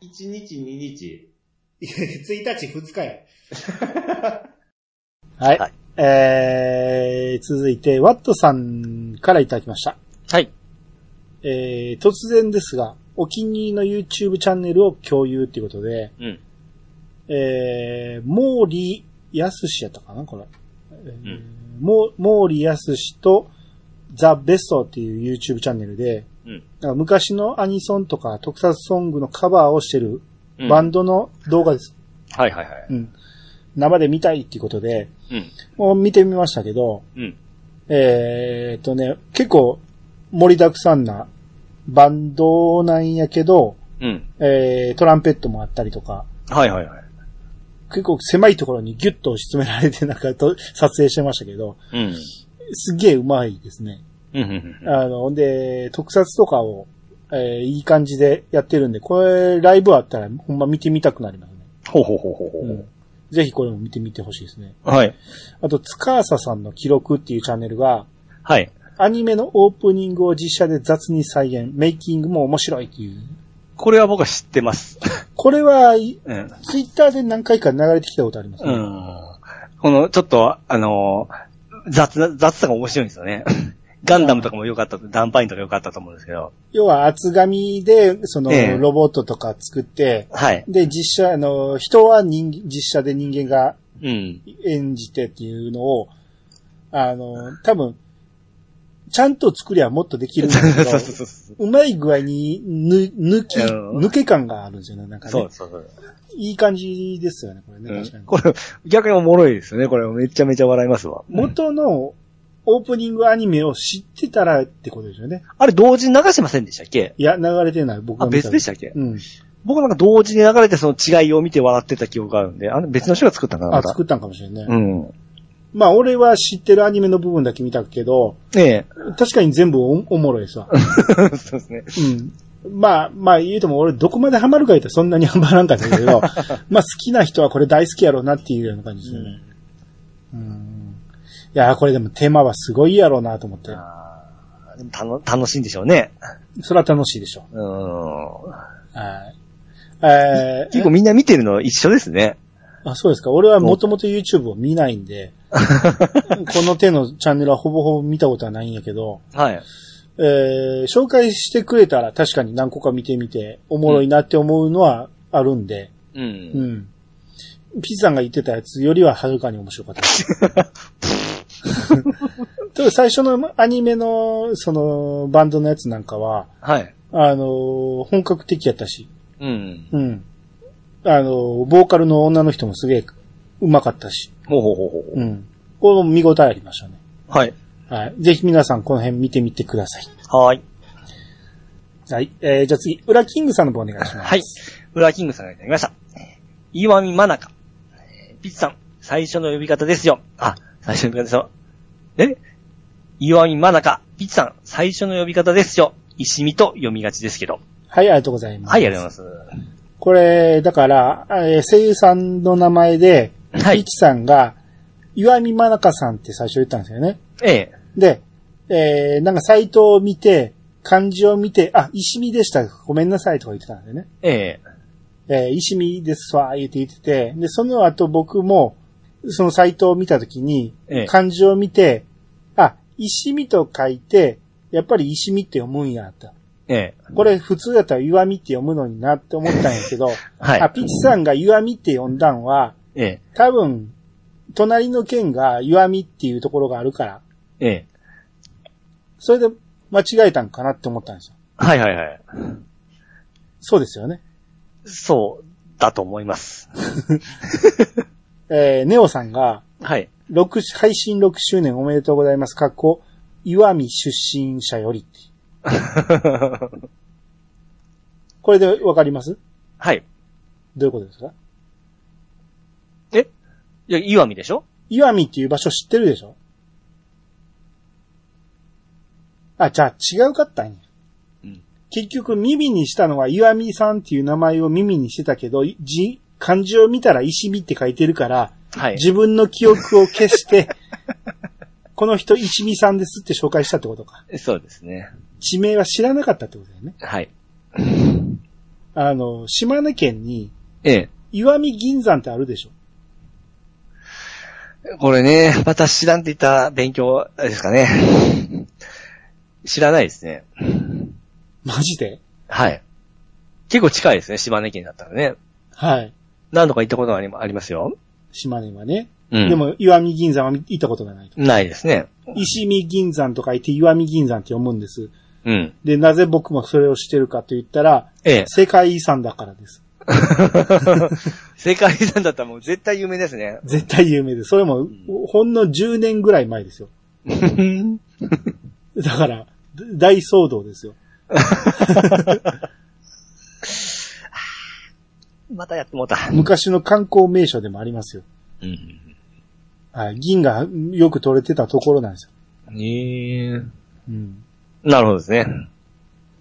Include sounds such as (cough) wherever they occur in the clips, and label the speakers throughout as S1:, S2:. S1: 1日、2日。
S2: 1日2日や。
S3: はい。
S4: はい
S3: えー、続いて、ワットさんからいただきました。
S4: はい。
S3: えー、突然ですが、お気に入りの YouTube チャンネルを共有っていうことで、
S4: うん。
S3: えー、モーリー・ヤスシやったかなこれ。えーモーモーリー・ヤスシと、ザ・ベストっていう YouTube チャンネルで、
S4: うん
S3: なんか昔のアニソンとか特撮ソングのカバーをしてる
S4: うん
S3: バンドの動画です。
S4: はいはいはい。
S3: うん生で見たいっていうことで、
S4: うん。
S3: もう見てみましたけど、
S4: うん。
S3: えーっとね、結構盛りだくさんなバンドなんやけど、
S4: うん。
S3: えー、トランペットもあったりとか、
S4: はいはいはい。
S3: 結構狭いところにギュッと押し詰められてなんかと撮影してましたけど、
S4: うん。
S3: すげえうまいですね。
S4: うんうんうん。
S3: あの、ほんで、特撮とかを、えーいい感じでやってるんで、これライブあったらほんま見てみたくなりますね。
S4: ほうほうほうほうほ
S3: う
S4: う。
S3: ん。ぜひこれも見てみてほしいですね。
S4: はい。
S3: あと、つかーささんの記録っていうチャンネルが、
S4: はい。
S3: アニメのオープニングを実写で雑に再現、メイキングも面白いっていう。
S4: これは僕は知ってます。
S3: これは、い
S4: うん。
S3: ツイッターで何回か流れてきたことありますね。
S4: うん。この、ちょっと、あのー、雑な、雑さが面白いんですよね。ガンダムとかも良かった、ダンパインとか良かったと思うんですけど。
S3: 要は厚紙で、その、
S4: ええ
S3: ロボットとか作って、
S4: はい。
S3: で、実写、あの、人は人間、実写で人間が
S4: うん。
S3: 演じてっていうのを、あの、多分、ちゃんと作りゃもっとできるんだけ
S4: (laughs) そ
S3: ど
S4: う、そうそうそう。
S3: うまい具合に、ぬ、抜き、
S4: うん
S3: 抜け感があるんですよね、なんか
S4: そ
S3: ね
S4: う。そうそう。
S3: いい感じですよね、これね、
S4: う
S3: 確かに
S4: ん、。これ、逆におもろいですよね。これ、めちゃめちゃ笑いますわ。
S3: 元のオープニングアニメを知ってたらってことですよね。
S4: あれ、同時に流してませんでしたっけ
S3: いや、流れてない、僕
S4: あ、
S3: が見
S4: 別
S3: た
S4: でしたっけ
S3: うん。
S4: 僕なんか同時に流れてその違いを見て笑ってた記憶があるんで、あの別の人が作ったんだな。
S3: あ、
S4: また
S3: 作ったんかもしれない。
S4: うん。
S3: まあ、俺は知ってるアニメの部分だけ見たけど、
S4: ええ。 (laughs)
S3: 確かに全部おおもろいさ。
S4: そうですね。
S3: うん。まあ、まあ言うとも俺どこまでハマるか言ったらそんなにハマらんかった
S4: (laughs)
S3: けど、まあ好きな人はこれ大好きやろうなっていうような感じですよね。うん。いやー、これでもテーマはすごいやろうなと思って。
S4: あーでもたの楽しいんでしょうね。
S3: それは楽しいでしょ。
S4: うん。
S3: はい。えー
S4: 結構みんな見てるの一緒ですね。
S3: あ、そうですか。俺はもともと YouTube を見ないん (laughs) で、この手のチャンネルはほぼほぼ見たことはないんやけど、
S4: はい。
S3: えー紹介してくれたら確かに何個か見てみて、おもろいなって思うのはあるんで、
S4: う。
S3: うんん。ピッさんが言ってたやつよりははるかに面白かったです。 (laughs) ただ最初のアニメの、その、バンドのやつなんかは、
S4: はい。
S3: あのー本格的やったし、
S4: うん。
S3: うん。あのーボーカルの女の人もすげえ、うまかったし。
S4: ほうほうほうほう。
S3: うん。これも見応えありましたね。
S4: はい。
S3: はい。ぜひ皆さんこの辺見てみてください。
S4: はーい。
S3: はい。えー、じゃあ次、裏キングさんの方お願いします。
S4: はい。ウラキングさんがいただきました。岩見真中。えーピッツさん、最初の呼び方ですよ。あ、最初の呼び方ですよ。え岩見真中。ピッツさん、最初の呼び方ですよ。石見と読みがちですけど。
S3: はい、ありがとうございます。
S4: はい、ありがとうござい
S3: これ、だから、えー声優さんの名前で、
S4: ます。はい
S3: い。ちさんが、岩見真中さんって最初言ったんですよね。
S4: ええ。
S3: で、えー、なんかサイトを見て、漢字を見て、あ、石見でした。ごめんなさいとか言ってたんですよね。
S4: ええ。
S3: えー、石見ですわ、言って言ってて、で、その後僕も、そのサイトを見たときに、
S4: ええ
S3: 漢字を見て、あ、石見と書いて、やっぱり石見って読むんや、と。
S4: ええ。
S3: これ普通だったら岩見って読むのになって思ったんやけど、
S4: (laughs) はい
S3: あ、ピッチさんが岩見って読んだんは、
S4: ええ。
S3: 多分、隣の県が岩見っていうところがあるから、
S4: ええ。
S3: それで間違えたんかなって思ったんですよ。
S4: はいはいはい。
S3: そうですよね。
S4: そう、だと思います。
S3: えー、ネオさんが、
S4: はい。 (laughs)
S3: 六配信6周年おめでとうございます。かっこ、岩見出身者よりって。
S4: は
S3: これでわかります
S4: い。
S3: どういうことですか
S4: えいや、岩見でしょ
S3: 岩見っていう場所知ってるでしょあ、じゃあ違うかったんや。
S4: うん
S3: 結局耳にしたのは岩見さんっていう名前を耳にしてたけど、字、漢字を見たら石見って書いてるから、
S4: はい。
S3: 自分の記憶を
S4: (laughs)
S3: 消して、この人石見さんですって紹介したってことか。
S4: そうですね。
S3: 地名は知らなかったってことだよね。
S4: はい。
S3: ああの、島根県に、
S4: ええ。
S3: 岩見銀山ってあるでしょ。
S4: これね、私なんて言った勉強ですかね。知らないですね。
S3: マジで
S4: はい。結構近いですね、島根県だったらね。
S3: はい。
S4: 何度か行ったことがありありますよ。
S3: 島根はね。
S4: うん。
S3: で、も、岩見銀山は行ったことがないと。
S4: ないですね。
S3: 石見銀山と書いて岩見銀山って読むんです。
S4: うん。
S3: で、なぜ僕もそれを知ってるかと言ったら、
S4: ええ。
S3: 世界遺産だからです。
S4: (laughs) 世界遺産だったらもう絶対有名ですね。
S3: 絶対有名です。それも、ほんの10年ぐらい前ですよ。だから、大騒動ですよ。
S4: またやってもうた。
S3: 昔の観光名所でもありますよ。
S4: うん。
S3: はい。銀がよく取れてたところなんですよ。
S4: ええ。
S3: うん。
S4: なるほどですね。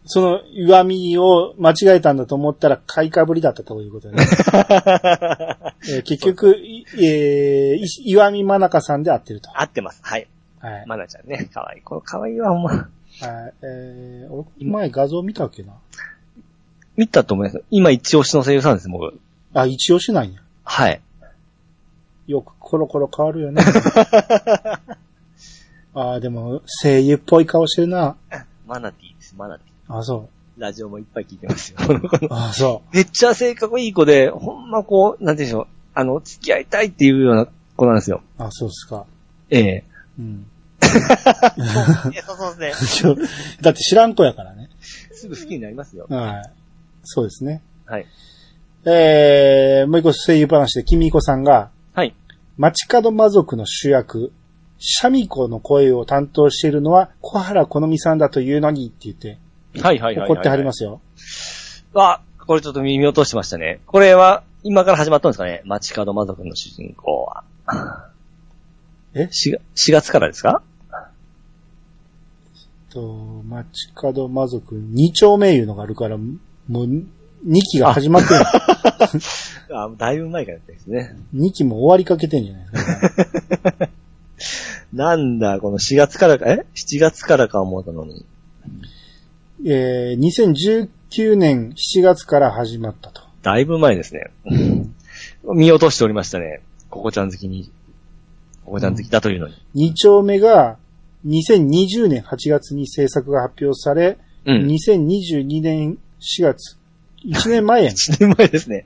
S3: その、岩見を間違えたんだと思ったら、買いかぶりだったということ
S4: (laughs)
S3: で、ねえー結局、いえーい岩見真中さんで合ってると。は
S4: 合ってます。はい。
S3: い。
S4: まなちゃんね、かわいい。このかわいいわ、ほんま。
S3: はい。えー、俺前画像見たっけな。
S4: 見たと思います。今一押しの声優さんです、僕。
S3: あ、一押しなんや。
S4: はい。
S3: よくコロコロ変わ
S4: (laughs)
S3: るよね。あーでも、声優っぽい顔してるな。
S4: マナティーです、マナティー。
S3: あ、そ
S4: ラジオもいっぱい聞いてます (laughs) よ。
S3: う。あ、そ
S4: めっちゃ性格いい子で、ほんまこう、なんて言うんでしょう。あの、付き合いたいっていうような子なんですよ。
S3: う。あ、そうっすか。
S4: ええ。
S3: うん。 (laughs)
S4: そうそうで
S3: だって知らん子やからね。
S4: すぐ好きになりますよ。
S3: はい。そうですね。
S4: はい。
S3: えー、もう一個声優話で、キミコさんが、
S4: はい。
S3: 街角魔族の主役、シャミ子の声を担当しているのは小原好みさんだというのにって言って、
S4: はいはいはい。。
S3: 怒ってはりますすよ。
S4: あ、これちょっと耳落としてましたね。これは、今から始まったんですかね街角魔族の主人公は。
S3: え
S4: 4, 月からですか
S3: と、街角魔族2丁目いうのがあるから、もう2期が始まってる。 (laughs)
S4: あだいぶ前からやったですね。
S3: 2期も終わりかけてんじゃないです
S4: (laughs)
S3: か。
S4: なんだ、この4月からか、え ?7 月からか思ったのに。
S3: えー、2019年7月から始まったと。
S4: だいぶ前ですね。見落としておりましたね。ココちゃん好きに。ココちゃん好きだというのに。
S3: 2丁目が2020年8月に制作が発表され、
S4: うん。
S3: 2022年4月、1
S4: (laughs)
S3: 年前やん。
S4: 1年前
S3: (laughs)
S4: ですね。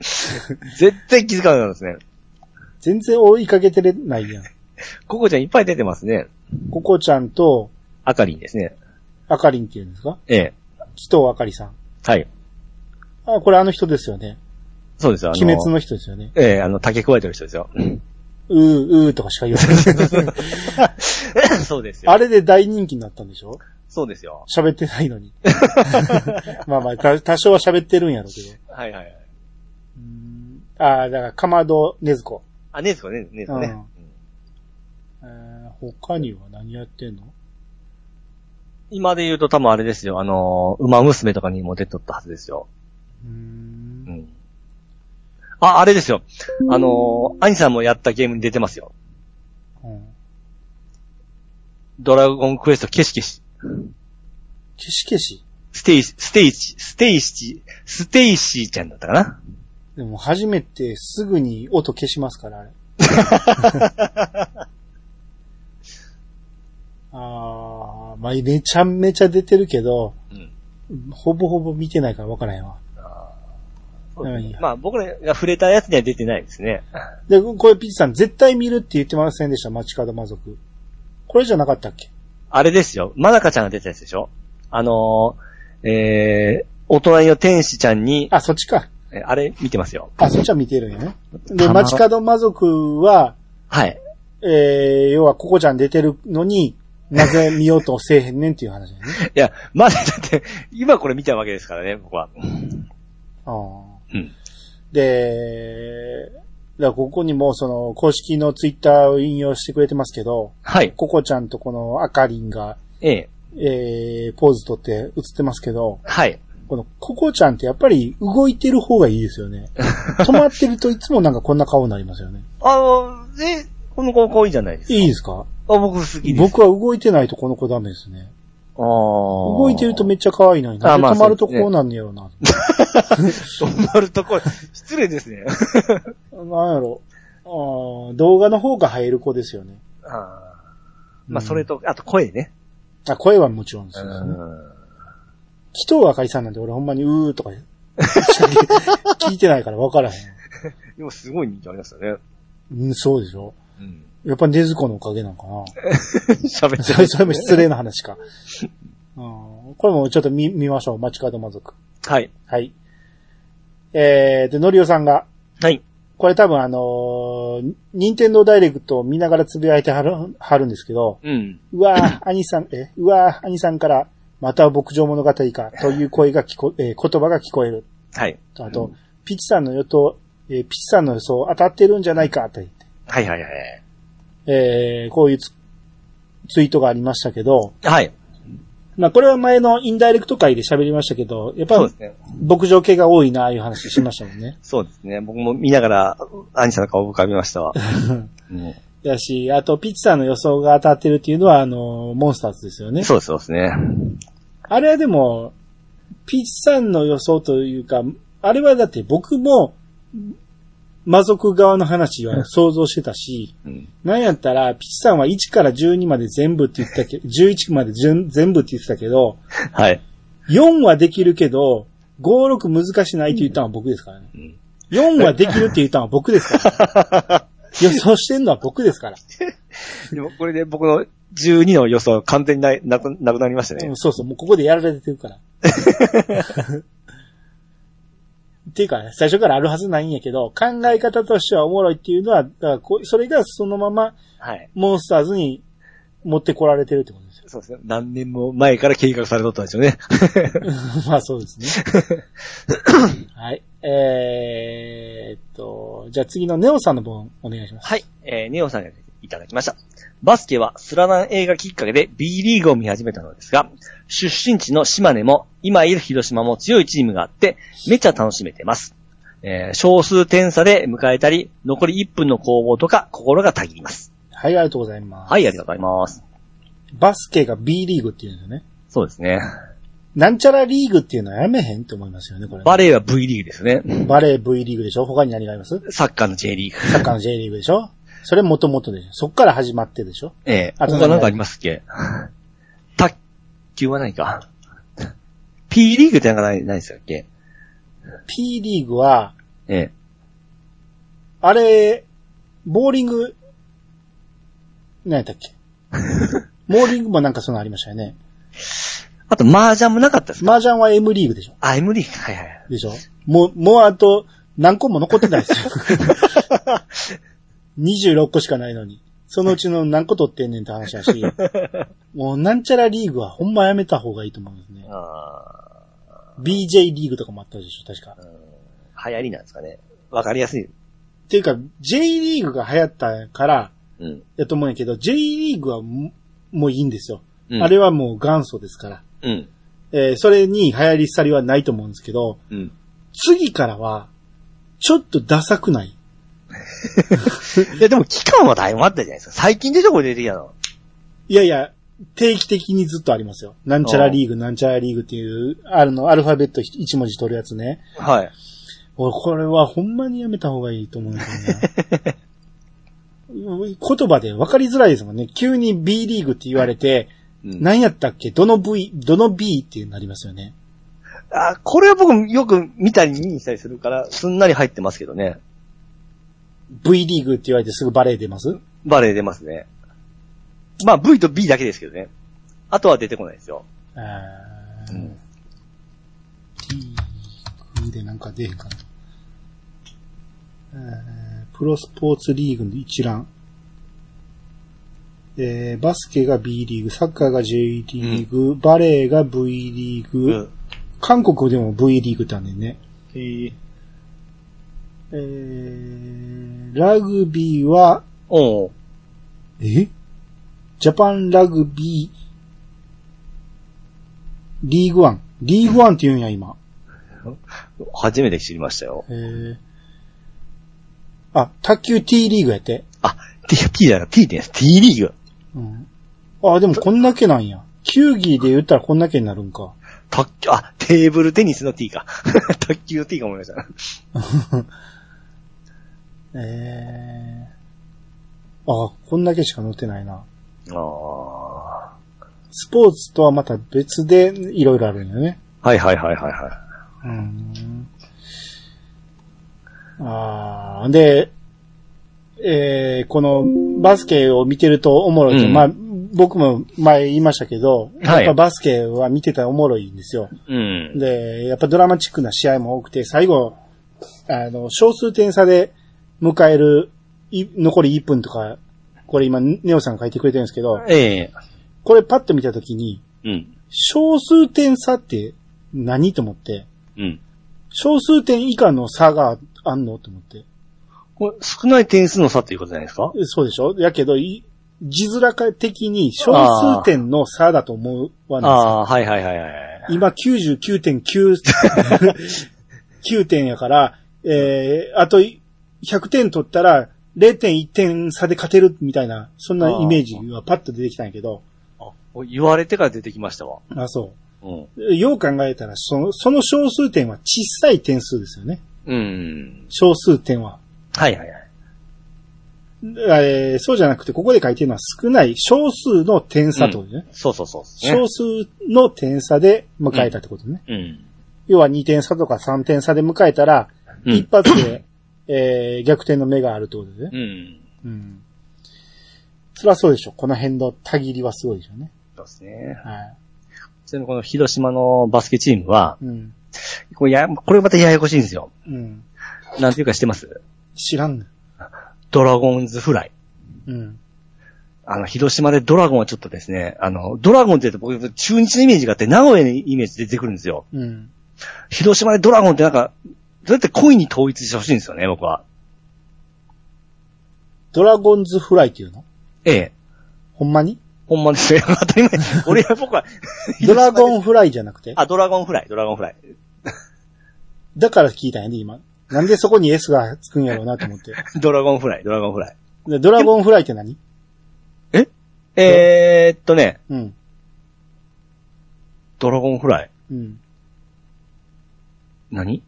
S4: 絶対気づかなかったですね。
S3: 全然追いかけてれないやん。
S4: ココちゃんいっぱい出てますね。
S3: ココちゃんと、
S4: あかりんですね。
S3: あかりんっていうんですか
S4: ええ。
S3: 紀藤あかりさん。
S4: はい。
S3: あ、これあの人ですよね。
S4: そうですよ。あの
S3: 鬼滅の人ですよね。
S4: ええ、あの、竹加えてる人ですよ。 (laughs)
S3: うー、うーとかしか言わない。
S4: そうですよ。
S3: あれで大人気になったんでしょ
S4: そうですよ。
S3: 喋ってないの (laughs) に。まあまあ、た多少は喋ってるんやろうけど。
S4: はいはいはい。
S3: うんああ、だから、かまどねずこ。
S4: あ、ねえですかね、ねえですかね。
S3: うん
S4: うん
S3: えー他には何やってんの
S4: 今で言うと多分あれですよ。あのー、馬娘とかにも出とったはずですよ。
S3: うー。
S4: うんん。あ、あれですよ。あのー、アニさんもやったゲームに出てますよ。
S3: うん
S4: ドラゴンクエストケシケシ。
S3: 消し消し。
S4: ステイ、ステイシ、ステイシ、ステイシーちゃんだったかな
S3: でも、初めてすぐに音消しますから、 (laughs) あれ。ああ、まあ、めちゃめちゃ出てるけど、
S4: うん
S3: ほぼほぼ見てないからわからへんわ。
S4: そうですね
S3: うん
S4: まあ僕らが触れたやつには出てないですね。
S3: で、これピッチさん絶対見るって言ってませんでした、街角魔族。これじゃなかったっけ
S4: あれですよ。まなかちゃんが出たやつでしょあのー、えー、お隣の天使ちゃんに、
S3: あ、そっちか。
S4: えあれ見てますよ。
S3: あ、そっちは見てるんやね。で、
S4: たまらん
S3: 街角魔族は、
S4: はい。
S3: えー、要はココちゃん出てるのに、なぜ見ようとせえへんねんっていう話だよね。
S4: いや、まだだって、今これ見たわけですからね、僕は。
S3: あー
S4: うん
S3: で、だからここにもその公式のツイッターを引用してくれてますけど、
S4: はい。
S3: ココちゃんとこのアカリンが、
S4: ええ。
S3: えー、ポーズとって映ってますけど、
S4: はい。
S3: このココちゃんってやっぱり動いてる方がいいですよ
S4: (laughs)
S3: ね。止まってるといつもなんかこんな顔になりますよね。
S4: あの、え、この子可愛いじゃないですか。
S3: いいですか
S4: あ、僕好きです。
S3: 僕は動いてないとこの子ダメですね。
S4: あー
S3: 動いてるとめっちゃ可愛いのにな。
S4: あまあ
S3: 止まると
S4: そうですね
S3: こうなんねやろな。
S4: 止まるところ、失礼です
S3: (laughs)
S4: ね。
S3: なんやろ。あー動画の方が映える子ですよね。
S4: あーまあ、
S3: うん
S4: それと、あと声ね。
S3: あ、声はもちろんです
S4: う
S3: よね。
S4: ん
S3: 紀藤あかりさんなんて俺ほんまにうーとか
S4: (laughs)
S3: 聞いてないから分からへん。
S4: でも、すごい人気ありますよね。
S3: うん、そうでしょ。
S4: うん。
S3: やっぱネズコのおかげなのかな。
S4: (laughs) 喋って
S3: それ、それも失礼な話か。うん、これもちょっと見、見ましょう。街角魔族。
S4: はい。
S3: はい。えー、で、のりおさんが、
S4: はい。
S3: これ多分あのー、任天堂ダイレクトを見ながらつぶやいてはる、はるんですけど、
S4: うん。
S3: うわ (coughs) ぁ、兄さん、え、うわぁ、兄さんから、または牧場物語か、という声が聞こ、えー言葉が聞こえる。
S4: はい。
S3: あと、ピチさんの予想、えーピチさんの予想当たってるんじゃないか、と言って、
S4: はいはいはい。
S3: えーこういうツツイートがありましたけど、
S4: はい。
S3: まあこれは前のインダイレクト会で喋りましたけど、やっぱ
S4: そう
S3: り
S4: ですね。。
S3: 牧場系が多いな、ああいう話しましたもんね (laughs)
S4: そうですね。僕も見ながら、アニさんの顔を浮かびました (laughs) わ。うん
S3: だし、あと、ピッチさんの予想が当たってるっていうのは、あの、モンスターズですよね。
S4: そうです、そうですね。
S3: あれはでも、ピッチさんの予想というか、あれはだって僕も、魔族側の話は想像してたし、 (laughs)
S4: うん。
S3: なんやったら、ピッチさんは1から12まで全部って言ったけど、11まで全全部って言ってたけど、
S4: はい。
S3: 4はできるけど、5、6難しないって言ったのは僕ですからね。
S4: うん
S3: 4はできるって言ったのは僕ですから。予想してんのは僕で
S4: (laughs)
S3: すから。
S4: でも、これで僕の12の予想、完全にないなくなくなりました
S3: う
S4: ね
S3: ん。そうそう、もうここでやられて
S4: (laughs)
S3: るから。っていうか、ね、最初からあるはずないんやけど、考え方としてはおもろいっていうのは、だからこうそれがそのまま
S4: はい。
S3: モンスターズに持ってこられてるってことですよ。
S4: そう
S3: (laughs)
S4: ですね。何年も前から計画されとったんでしょうね。
S3: まあそうで
S4: (laughs)
S3: すね。はい。えー、っと、じゃあ次のネオさんの分お願いします。
S4: はい。えー、ネオさんがいただきました。バスケはスラダン映画きっかけで B リーグを見始めたのですが、出身地の島根も今いる広島も強いチームがあって、めちゃ楽しめてます。えー少数点差で迎えたり、残り1分の攻防とか心がたぎります。
S3: はい、ありがとうございます。
S4: はい、ありがとうございます。
S3: バスケが B リーグっていうんですよね。
S4: そうですね。
S3: なんちゃらリーグっていうのはやめへんって思いますよね、これ。
S4: バレーは V リーグですね。
S3: バレー V リーグでしょ他に何があります
S4: サッカーの J リーグ。
S3: サッカーの J リーグでしょそれもともとでしょそっから始まってでしょ
S4: (laughs) ええ
S3: あと
S4: 他なんかありますっけ卓球はないか。P リーグってなんかない、ないですよっけ
S3: ?P リーグは、
S4: ええ
S3: あれ、ボーリング、何やったっ
S4: (laughs)
S3: けボーリングもなんかそのありましたよね。
S4: あと、麻雀もなかったですか
S3: 麻雀は M リーグでしょ
S4: あ、M リーグ。はいはいはい。
S3: でしょもう、もうあと何個も残ってないですよ。26個しかないのに。そのうちの何個取ってんねんって話
S4: (laughs)
S3: だし。もうなんちゃらリーグはほんまやめた方がいいと思うんですね。
S4: あ
S3: BJ リーグとかもあったでしょ確か。
S4: ー流行りなんですかね。わかりやすい。
S3: っていうか、J リーグが流行ったから、
S4: うん。
S3: やと思うんやけど、J リーグはももういいんですよ。
S4: うん
S3: あれはもう元祖ですから。
S4: うん。
S3: えーそれに流行り去りはないと思うんですけど、
S4: うん。
S3: 次からは、ちょっとダサくない。
S4: いや、でも期間はだいぶあったじゃないですか。最近でしょ、これ出てきたの。
S3: いやいや、定期的にずっとありますよ。なんちゃらリーグ、なんちゃらリーグっていう、あの、アルファベット一文字取るやつね。
S4: はい。
S3: 俺、これはほんまにやめた方がいいと思うんだよねうん言葉で分かりづらいですもんね。急に B リーグって言われて、
S4: うん、
S3: 何やったっけどの V、どの B ってなりますよね。
S4: あ、これは僕よく見たり見にしたりするから、すんなり入ってますけどね。
S3: V リーグって言われてすぐバレー出ます
S4: バレー出ますね。まあ、V と B だけですけどね。あとは出てこないですよ。
S3: あー
S4: うん。
S3: リーグでなんか出へんかな。えープロスポーツリーグの一覧。えーバスケが B リーグ、サッカーが J リーグ、バレーが V リーグ、
S4: うん。
S3: 韓国でも V リーグってあんねんね。
S4: えー、
S3: えー、ラグビーは、
S4: おう
S3: えジャパンラグビー、リーグワン。リーグワンって言うんや、今。
S4: 初めて知りましたよ。
S3: えー、あ、卓球 T リーグやって。
S4: あ、T、T じゃない、T です。T リーグ。
S3: うん。あ、でもこんだけなんや。球技で言ったらこんだけになるんか。
S4: 卓球、あ、テーブルテニスの T か。 (laughs) 卓球の T か思いました。
S3: ええあ、こんだけしか載ってないな。
S4: あ
S3: スポーツとはまた別でいろいろあるんだよね。
S4: あ。はいはいはいはいはい。
S3: うん。ああ、で、えー、このバスケを見てるとおもろいと、
S4: うん
S3: まあ、僕も前言いましたけど、
S4: はい
S3: やっぱバスケは見てたらおもろいんですよ。
S4: うん。
S3: で、やっぱドラマチックな試合も多くて、最後、あの、少数点差で迎える、い残り1分とか、これ今、ネオさんが書いてくれてるんですけど、
S4: ええ
S3: これパッと見たときに、
S4: うん。
S3: 少数点差って何と思って、
S4: うん。
S3: 少数点以下の差があんのと思って。
S4: これ、少ない点数の差っていうことじゃないですか
S3: えそうでしょやけど、い字面的に少数点の差だと思わないですか
S4: ああー、はいはいはいはい。
S3: 今99.9 9点やから、えー、あとい100点取ったら0.1点差で勝てるみたいな、そんなイメージはパッと出てきたんやけど、
S4: あ言われてから出てきましたわ。
S3: あそ
S4: うん。
S3: う。よう考えたら、その、その小数点は小さい点数ですよね。
S4: うん。
S3: 小数点は。
S4: はいはいはい。
S3: えーそうじゃなくて、ここで書いてるのは少ない少数の点差ってことね。
S4: そうそうそうですね。
S3: 少数の点差で迎えたってことね。
S4: うん。
S3: 要は2点差とか3点差で迎えたら、
S4: うん
S3: 一発で、えー逆転の目があるってことでね。
S4: うん。
S3: うん。そりゃそうでしょ。この辺のたぎりはすごいでしょうね。
S4: そうですね。
S3: は
S4: ちなみにこの広島のバスケチームは、
S3: い。うん。
S4: これや、これまたややこしいんですよ。
S3: うん。
S4: なんていうか知ってます
S3: 知らんね。
S4: ドラゴンズフライ。
S3: うん。
S4: あの、広島でドラゴンはちょっとですね、あの、ドラゴンって言うと僕、中日のイメージがあって、名古屋のイメージ出てくるんですよ。
S3: うん。
S4: 広島でドラゴンってなんか、どうやって恋に統一してほしいんですよね、僕は。
S3: ドラゴンズフライっていうの
S4: ええ。
S3: ほん
S4: (laughs)
S3: まに、
S4: ほんまですね。当た (laughs) り前。俺は僕は
S3: ドラ
S4: ン。
S3: ゴンフライじゃなくて
S4: あ、ドラゴンフライ、ドラゴンフライ。
S3: だから聞いたんやね、今。なんでそこに S がつくんやろうなと思って。
S4: ドラゴンフライ、ドラゴンフライ。
S3: でドラゴンフライって何
S4: えーっとね、
S3: うん。
S4: ドラゴンフライ。
S3: うん。
S4: 何い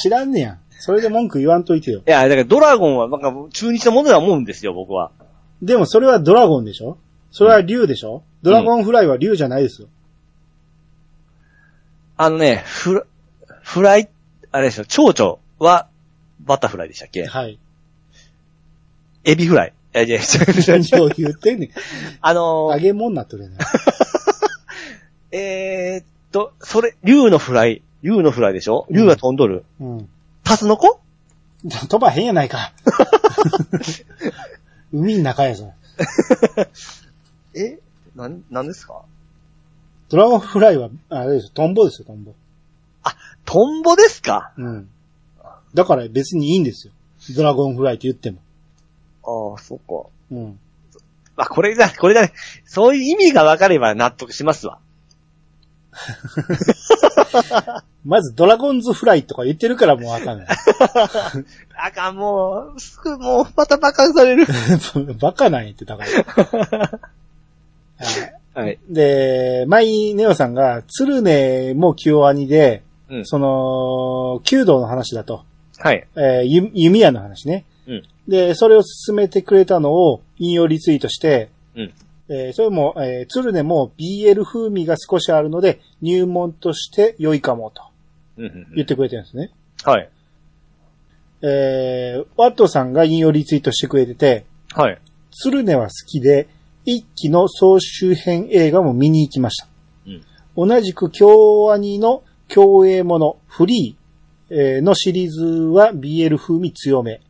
S3: 知らんねやん。それで文句言わんといてよ。
S4: や、だからドラゴンはなんか中日のものだと思うんですよ、僕は。
S3: でもそれはドラゴンでしょそれは竜でしょ、ドラゴンフライは竜じゃないですよ。
S4: あのね、フラ、フライ、あれですよ、蝶々はバタフライでしたっけ
S3: はい。
S4: エビフライ。いやいや、違う違う違う
S3: 何を言ってんねん。
S4: (laughs) あの
S3: 揚
S4: ー、
S3: げ物になっとるやない。
S4: えーっと、それ、竜のフライ。竜のフライでしょ竜が飛んどる。
S3: うん。
S4: タツノコ
S3: 飛ばへんやないか。海の中やぞ。
S4: えなん、なんですか
S3: ドラゴンフライは、あれですよ、トンボですよ、トンボ。
S4: トンボですか
S3: うん。だから別にいいんですよ。ドラゴンフライって言っても。
S4: ああ、そっか。
S3: うん。
S4: まあ、これだ、これだ、そういう意味が分かれば納得しますわ。
S3: まずドラゴンズフライとか言ってるからもうわかんない。
S4: あかん、もう、すぐ、もう、また馬鹿される。
S3: バカなんやって、だから。はい
S4: はい。
S3: で、前、ネオさんが、鶴根も清兄で、
S4: うん
S3: その、弓道の話だと、
S4: はい。
S3: えーゆ弓矢の話ね。
S4: うん
S3: で、それを進めてくれたのを引用リツイートして、
S4: うん
S3: えーそれも、えー鶴根も BL 風味が少しあるので、入門として良いかもと
S4: うんうんう
S3: 言っ
S4: ん
S3: てくれてるんですね。
S4: はい。
S3: えーワットさんが引用リツイートしてくれてて、
S4: はい。
S3: 鶴根は好きで、一期の総集編映画も見に行きました。
S4: うん
S3: 同じく京アニの競泳もの、フリーえーのシリーズは BL 風味強め。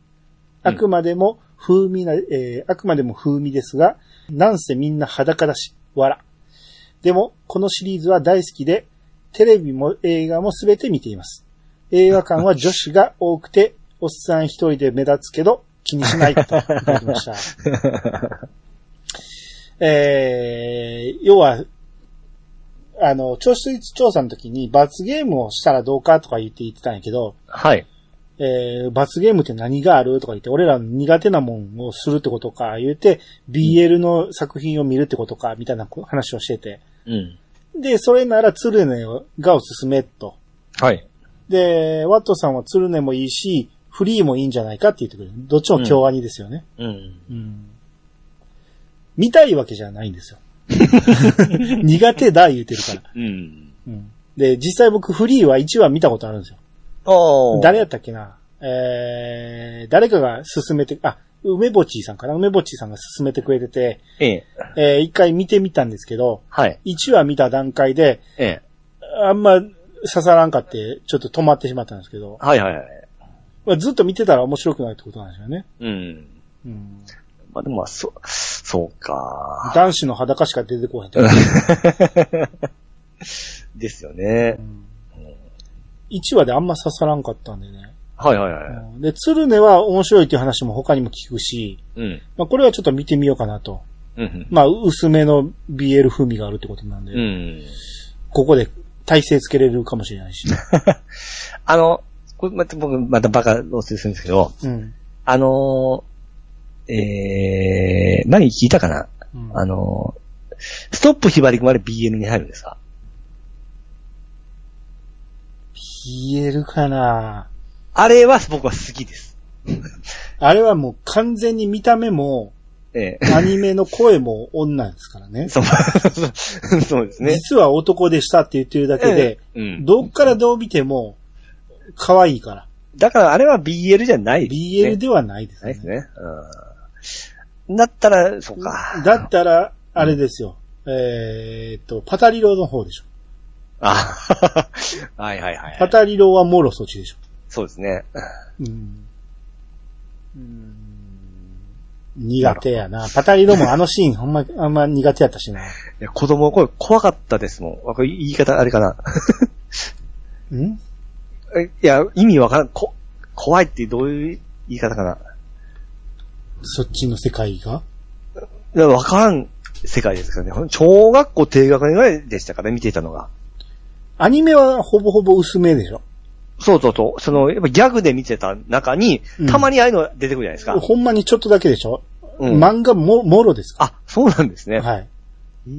S3: あくまでも風味な、えーあくまでも風味ですが、なんせみんな裸だし、わら。でも、このシリーズは大好きで、テレビも映画もすべて見ています。映画館は女子が多くて、おっさん一人で目立つけど、気にしないといただきました。えー、要は、あの、調子率調査の時に罰ゲームをしたらどうかとか言って言ってたんやけど、
S4: はい。
S3: えー、罰ゲームって何があるとか言って、俺らの苦手なもんをするってことか、言うて、BL の作品を見るってことか、みたいなこ話をしてて。
S4: うん。
S3: で、それなら鶴ルネがおすすめと。
S4: はい。
S3: で、ワットさんは鶴ルネもいいし、フリーもいいんじゃないかって言ってくれる。どっちも共和にですよね。
S4: うん。
S3: うん。見たいわけじゃないん
S4: (laughs)
S3: ですよ。苦手だ言うてるから。
S4: うん。
S3: うん。で、実際僕フリーは1話見たことあるんですよ。
S4: おー。
S3: 誰やったっけなえー、誰かが勧めて、あ、梅ぼっちさんかな梅ぼっちさんが勧めてくれてて、
S4: ええ。
S3: えー、一回見てみたんですけど、
S4: はい。
S3: 1話見た段階で、
S4: ええ。
S3: あんま刺さらんかって、ちょっと止まってしまったんですけど、
S4: はいはいはい。
S3: まあ、ずっと見てたら面白くないってことなんですよね。
S4: うん。
S3: うん。
S4: まあでもまあ、そ、そうか。 (laughs)
S3: 男子の裸しか出てこへんって。
S4: ですよね。
S3: 1話であんま刺さらんかったんでね。
S4: はいはいは
S3: うんで、鶴音は面白いっていう話も他にも聞くし、
S4: い。うん。
S3: まあ、これはちょっと見てみようかなと。
S4: うん。
S3: まあ、薄めの BL 風味があるってことなんで、
S4: うん。
S3: ここで体勢つけれるかもしれないし。
S4: あの、これまた僕、またバカをするんですけど、
S3: うん。
S4: あのー、えー、何聞いたかな
S3: うん
S4: あのー、ストップひばりくんまで BM に入るんですか
S3: BL かな
S4: あれは僕は好きです。
S3: あれはもう完全に見た目も、
S4: え
S3: アニメの声も女ですからね
S4: え。。 (laughs) そう、そうです (laughs) ね。
S3: 実は男でしたって言ってるだけで、
S4: うん。
S3: どっからどう見ても、可愛いから。
S4: だからあれは BL じゃない、
S3: BL
S4: ね
S3: ではないです
S4: ないです
S3: ね。
S4: ね。うん。だったら、そうか。
S3: だったら、あれですよ。えーっと、パタリロの方でしょ。
S4: あはいはいはい。
S3: パタリロはもろそっちでしょ。
S4: そうですね。
S3: うん。苦手やな。パタリロもあのシーンほんま、あんま苦手やったし
S4: い
S3: な。
S4: や子供の声怖かったですもん。わこれ言い方あれかな。
S3: ん
S4: えいや、意味わからん。こ、怖いってどういう言い方かな。
S3: そっちの世界が
S4: いやわからん世界ですからね。小学校低学年ぐらいでしたからね、見ていたのが。
S3: アニメはほぼほぼ薄めでしょ。
S4: そうそうそう。その、やっぱギャグで見てた中に
S3: うん、
S4: たまにああいうの出てくるじゃないですか。
S3: ほんまにちょっとだけでしょ、
S4: うん
S3: 漫画も、もろですか
S4: あ、そうなんですね。
S3: ら。はい。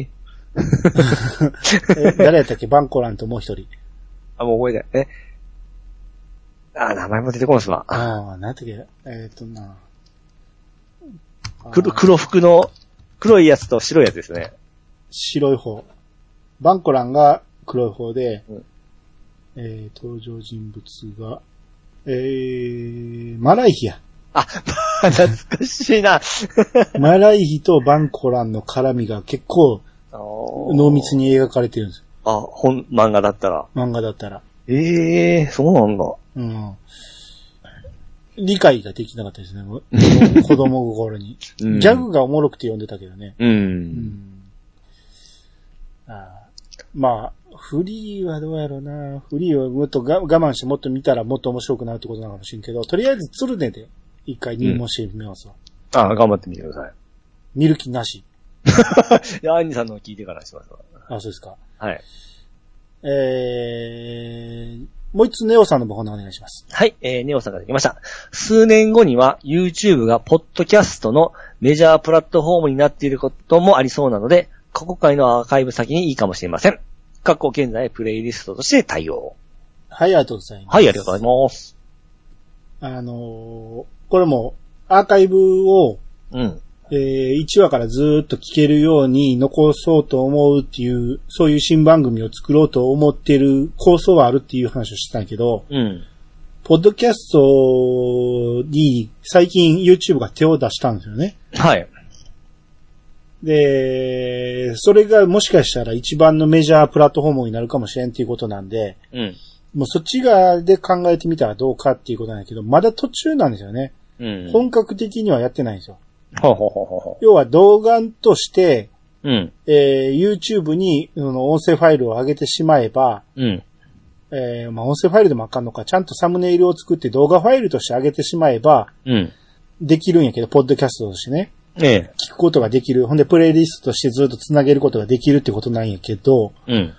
S4: い。
S3: え誰やったっけバンコランともう一人。
S4: (laughs) あ、もう覚えてない。えあ、名前も出てこないですわ。
S3: ああ、なんやったっけえーっとな。
S4: 黒
S3: あー
S4: 黒服の、黒いやつと白いやつですね。
S3: 白い方。バンコランが黒い方で、
S4: うん
S3: えー、登場人物が、えー、マライヒや。 (laughs)
S4: あ、 (laughs) 懐かしいな。
S3: マライヒとバンコランの絡みが結構濃
S4: 濃
S3: 密に描かれてるんです。
S4: あ、本、漫画だったら。
S3: 漫画だったら。
S4: ええそうなんだ。
S3: うん。理解ができなかったですね。
S4: (laughs)
S3: もう子供心に。
S4: う
S3: ギ
S4: ん
S3: ャグがおもろくて読んでたけどね。
S4: う。
S3: うんん。あーまあ、フリーはどうやろうな。フリーはもっとが我慢してもっと見たらもっと面白くなるってことなのかもしれんけど、とりあえずツルネで一回入門してみますわ。
S4: あ、頑張ってみてください。
S3: 見る気なし。
S4: (laughs) いや、アンニさんの聞いてからしますわ。
S3: あ、そうですか。
S4: はい。
S3: えー、もう一つネオさんのご本のお願いします。
S4: はい、えー、ネオさんができました。数年後には YouTube がポッドキャストのメジャープラットフォームになっていることもありそうなので、過去回のアーカイブ先にいいかもしれません。過去現在プレイリストとして対応。
S3: はい、ありがとうございます。
S4: はい、ありがとうございます。
S3: あのーこれもアーカイブを、
S4: うん。
S3: えー、1話からずーっと聞けるように残そうと思うっていう、そういう新番組を作ろうと思ってる構想はあるっていう話をしてたんやけど、
S4: うん。
S3: ポッドキャストに最近 YouTube が手を出したんですよね。
S4: はい。
S3: で、それがもしかしたら一番のメジャープラットフォームになるかもしれんっていうことなんで、
S4: うん。
S3: もうそっち側で考えてみたらどうかっていうことなんだけど、まだ途中なんですよね。
S4: うん。
S3: 本格的にはやってないんですよ。
S4: ほうほうほうほうほ
S3: 要は動画として、
S4: う。うん。
S3: えー YouTube にその音声ファイルを上げてしまえば、
S4: うん。
S3: えーまあ、音声ファイルでもあかんのか、ちゃんとサムネイルを作って動画ファイルとして上げてしまえば、
S4: うん。
S3: できるんやけど、ポッドキャストとしてね、
S4: ええ。
S3: 聞くことができる。ほんで、プレイリストとしてずっと繋げることができるってことなんやけど、
S4: うん。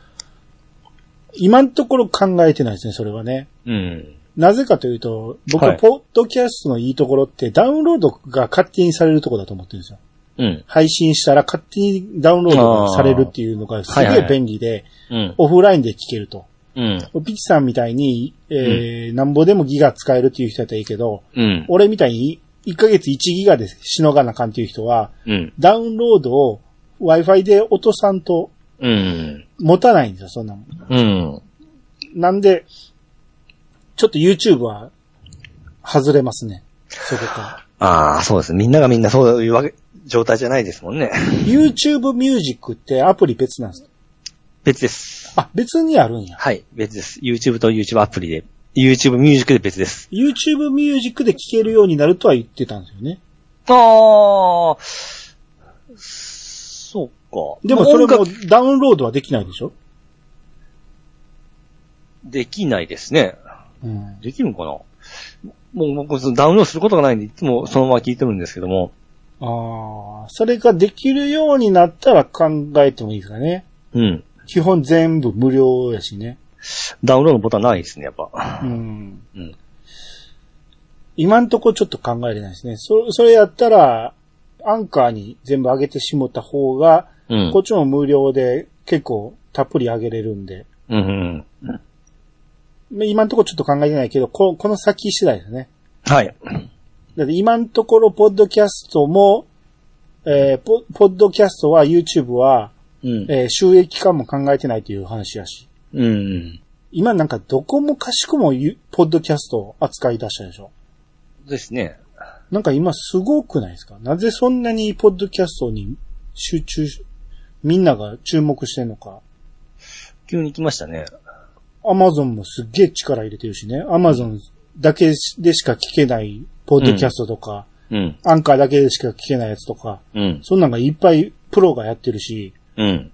S3: 今のところ考えてないですね、それはね。
S4: うん。
S3: なぜかというと、僕
S4: は
S3: はいポッドキャストのいいところってダウンロードが勝手にされるところだと思ってるんですよ。
S4: うん。
S3: 配信したら勝手にダウンロードがされるっていうのがす
S4: あーは
S3: げ
S4: い
S3: え
S4: はい
S3: 便利で、
S4: うん。
S3: オフラインで聞けると。
S4: うん。
S3: ピチさんみたいに、えー、なんぼでもギガ使えるっていう人だったらいいけど、
S4: うん。
S3: 俺みたいに1ヶ月1ギガでしのがなあかんっていう人は、
S4: うん。
S3: ダウンロードを Wi-Fi で落とさんと
S4: うん。
S3: 持たないんですよ、そんなもん。
S4: うん。
S3: なんで、ちょっと YouTube は外れますね。そこか
S4: ああ、そうです。みんながみんなそういうわけ、状態じゃないですもんね。
S3: ら。YouTube Music ってアプリ別なんですか
S4: 別です。
S3: あ、別にあるんや。
S4: はい、別です。YouTube と YouTube アプリで、YouTube ミュージックで別です。
S3: YouTube Music で聴けるようになるとは言ってたんですよね。
S4: ああ、そうか。
S3: でもそれ
S4: 音
S3: も
S4: 楽
S3: ダウンロードはできないでしょ
S4: できないですね。
S3: うん。
S4: できるのかなもう僕、そのダウンロードすることがないんで、いつもそのまま聞いてるんですけども。
S3: ああ、それができるようになったら考えてもいいですかね。
S4: うん。
S3: 基本全部無料やしね。
S4: ダウンロードのボタンないですね、やっぱ。
S3: うん
S4: うん
S3: 今んとこちょっと考えれないですね。そ、それやったら、アンカーに全部上げてしもった方が、
S4: うん
S3: こっ。ちも無料で結構たっぷり上げれるんで。
S4: うんうん。
S3: まあ今んとこちょっと考えてないけど、ここの先次第ですね。
S4: はい。
S3: だって今んところ、ポッドキャストも、えーポ、ポッドキャストは YouTube は、
S4: うん。
S3: えー収益化も考えてないという話やし。
S4: うん。
S3: 今なんかどこもかしこもゆポッドキャストを扱い出したでしょ。
S4: ですね。
S3: なんか今すごくないですかなぜそんなにポッドキャストに集中し、みんなが注目してんのか。
S4: 急に来ましたね。
S3: アマゾンもすっげえ力入れてるしね。アマゾンだけでしか聞けないポッドキャストとか、
S4: うん。
S3: アンカーだけでしか聞けないやつとか、
S4: うん。
S3: そんなんがいっぱいプロがやってるし、
S4: (laughs) うん。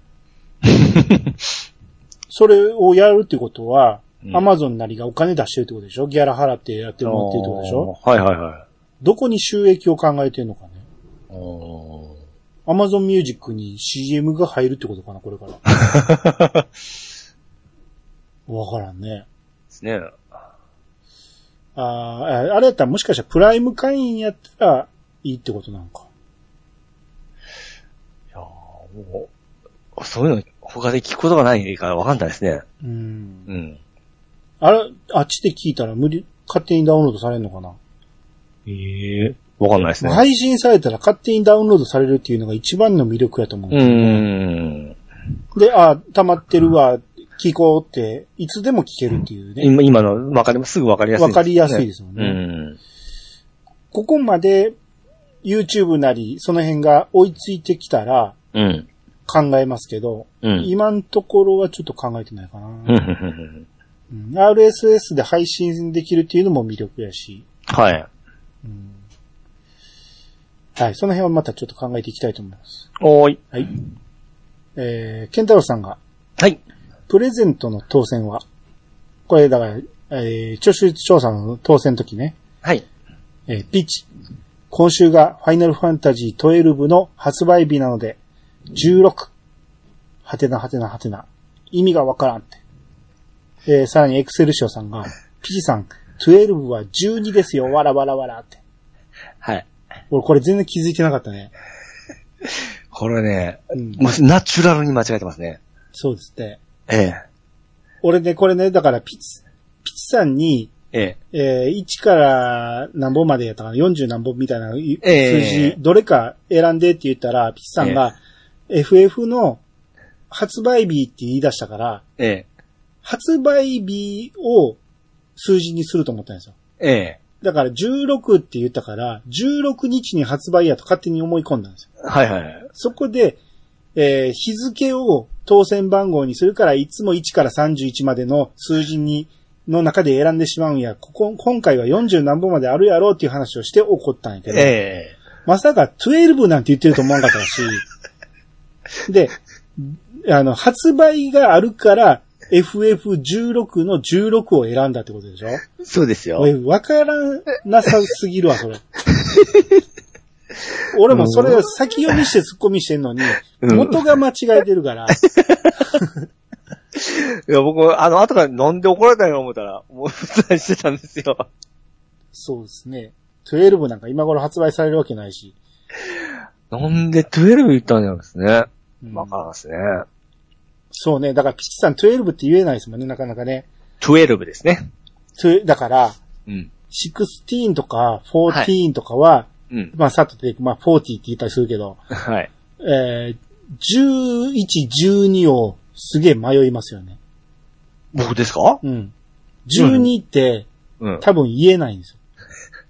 S3: それをやるってことは、
S4: うん
S3: アマゾンなりがお金出してるってことでしょギャラ払ってやってもらってるってことでしょ
S4: あーはいはいはい。
S3: どこに収益を考えてるのかね。
S4: おー
S3: アマゾンミュージックに CM が入るってことかな、これから。
S4: (laughs)
S3: わからんね。
S4: ですね。
S3: あーあ、あれやったらもしかしたらプライム会員やったらいいってことなのか。
S4: いやーもう、そういうの他で聞くことがないからわかんないですね。
S3: うん。
S4: うん。
S3: あれ、あっちで聞いたら無理、勝手にダウンロードされるのかな、
S4: ええわかんないですね。い。
S3: 配信されたら勝手にダウンロードされるっていうのが一番の魅力やと思う。
S4: うーん。
S3: で、あー溜まってるわ、聞こうって、いつでも聞けるっていうね。
S4: 今、今の、わかります。すぐわかりやすい、
S3: わかりやすいですもんね
S4: うん。
S3: ここまで YouTube なり、その辺が追いついてきたら
S4: うん。
S3: 考えますけど、
S4: うん。
S3: 今のところはちょっと考えてないかな。
S4: うんうんうんうん
S3: うん RSS で配信できるっていうのも魅力やし、
S4: (laughs) はい。
S3: うんはい、その辺はまたちょっと考えていきたいと思います。
S4: おーい。
S3: はい。えー、ケンタロウさんが、
S4: はい。
S3: プレゼントの当選は、これだから、えー、聴取調査の当選の時ね、
S4: はい。
S3: えー、ピッチ。今週がファイナルファンタジー12の発売日なので、16。はてなはてなはてな。意味がわからんって。えーさらにエクセルショーさんが、ピチさん、12は12ですよ、わらわらわらって。
S4: はい。
S3: 俺これ全然気づいてなかったね。
S4: これね、
S3: うん。
S4: もうナチュラルに間違えてますね。
S3: そうですね。
S4: ええ。
S3: 俺ね、これね、だからピチ、ピチさんに、
S4: ええ。
S3: えー1から何本までやったかな ?40 何本みたいな数字、
S4: ええ
S3: どれか選んでって言ったら、ピッチさんが、FF の発売日って言い出したから、
S4: ええ。
S3: 発売日を数字にすると思ったんですよ。
S4: ええ。
S3: だから16って言ったから、16日に発売やと勝手に思い込んだんですよ。
S4: はいはい。
S3: そこで、えー日付を当選番号にするから、いつも1から31までの数字に、の中で選んでしまうんや、ここ、今回は40何本まであるやろうっていう話をして怒ったんやけど、
S4: え
S3: まさか12なんて言ってると思わなかったし、
S4: (laughs)
S3: で、あの、発売があるから、FF16 の16を選んだってことでしょ
S4: え。そうですよ。
S3: 俺、わからなさすぎるわ、それ。 (laughs) 俺もそれを先読みして突っ込みしてんのに、
S4: うん
S3: 元が間違えてるから、
S4: いや、僕、あの、後から飲んで怒られたよ思ったら、もう普通にしてたんですよ。
S3: そうですね。12なんか今頃発売されるわけないし。
S4: なんで12言ったんなんですね。
S3: うん
S4: わからんですね。
S3: そうね。だからピチさん12って言えないですもんね、なかなかね。
S4: 12ですね。
S3: 12だから、
S4: うん。
S3: 16とか14とかは、
S4: うん。
S3: まあ、さっと出てくるまあ、40って言ったりするけど、
S4: はい。
S3: えー、11、12をすげえ迷いますよね。
S4: 僕ですか
S3: うん。12って
S4: うん。
S3: 多分言えないんですよ。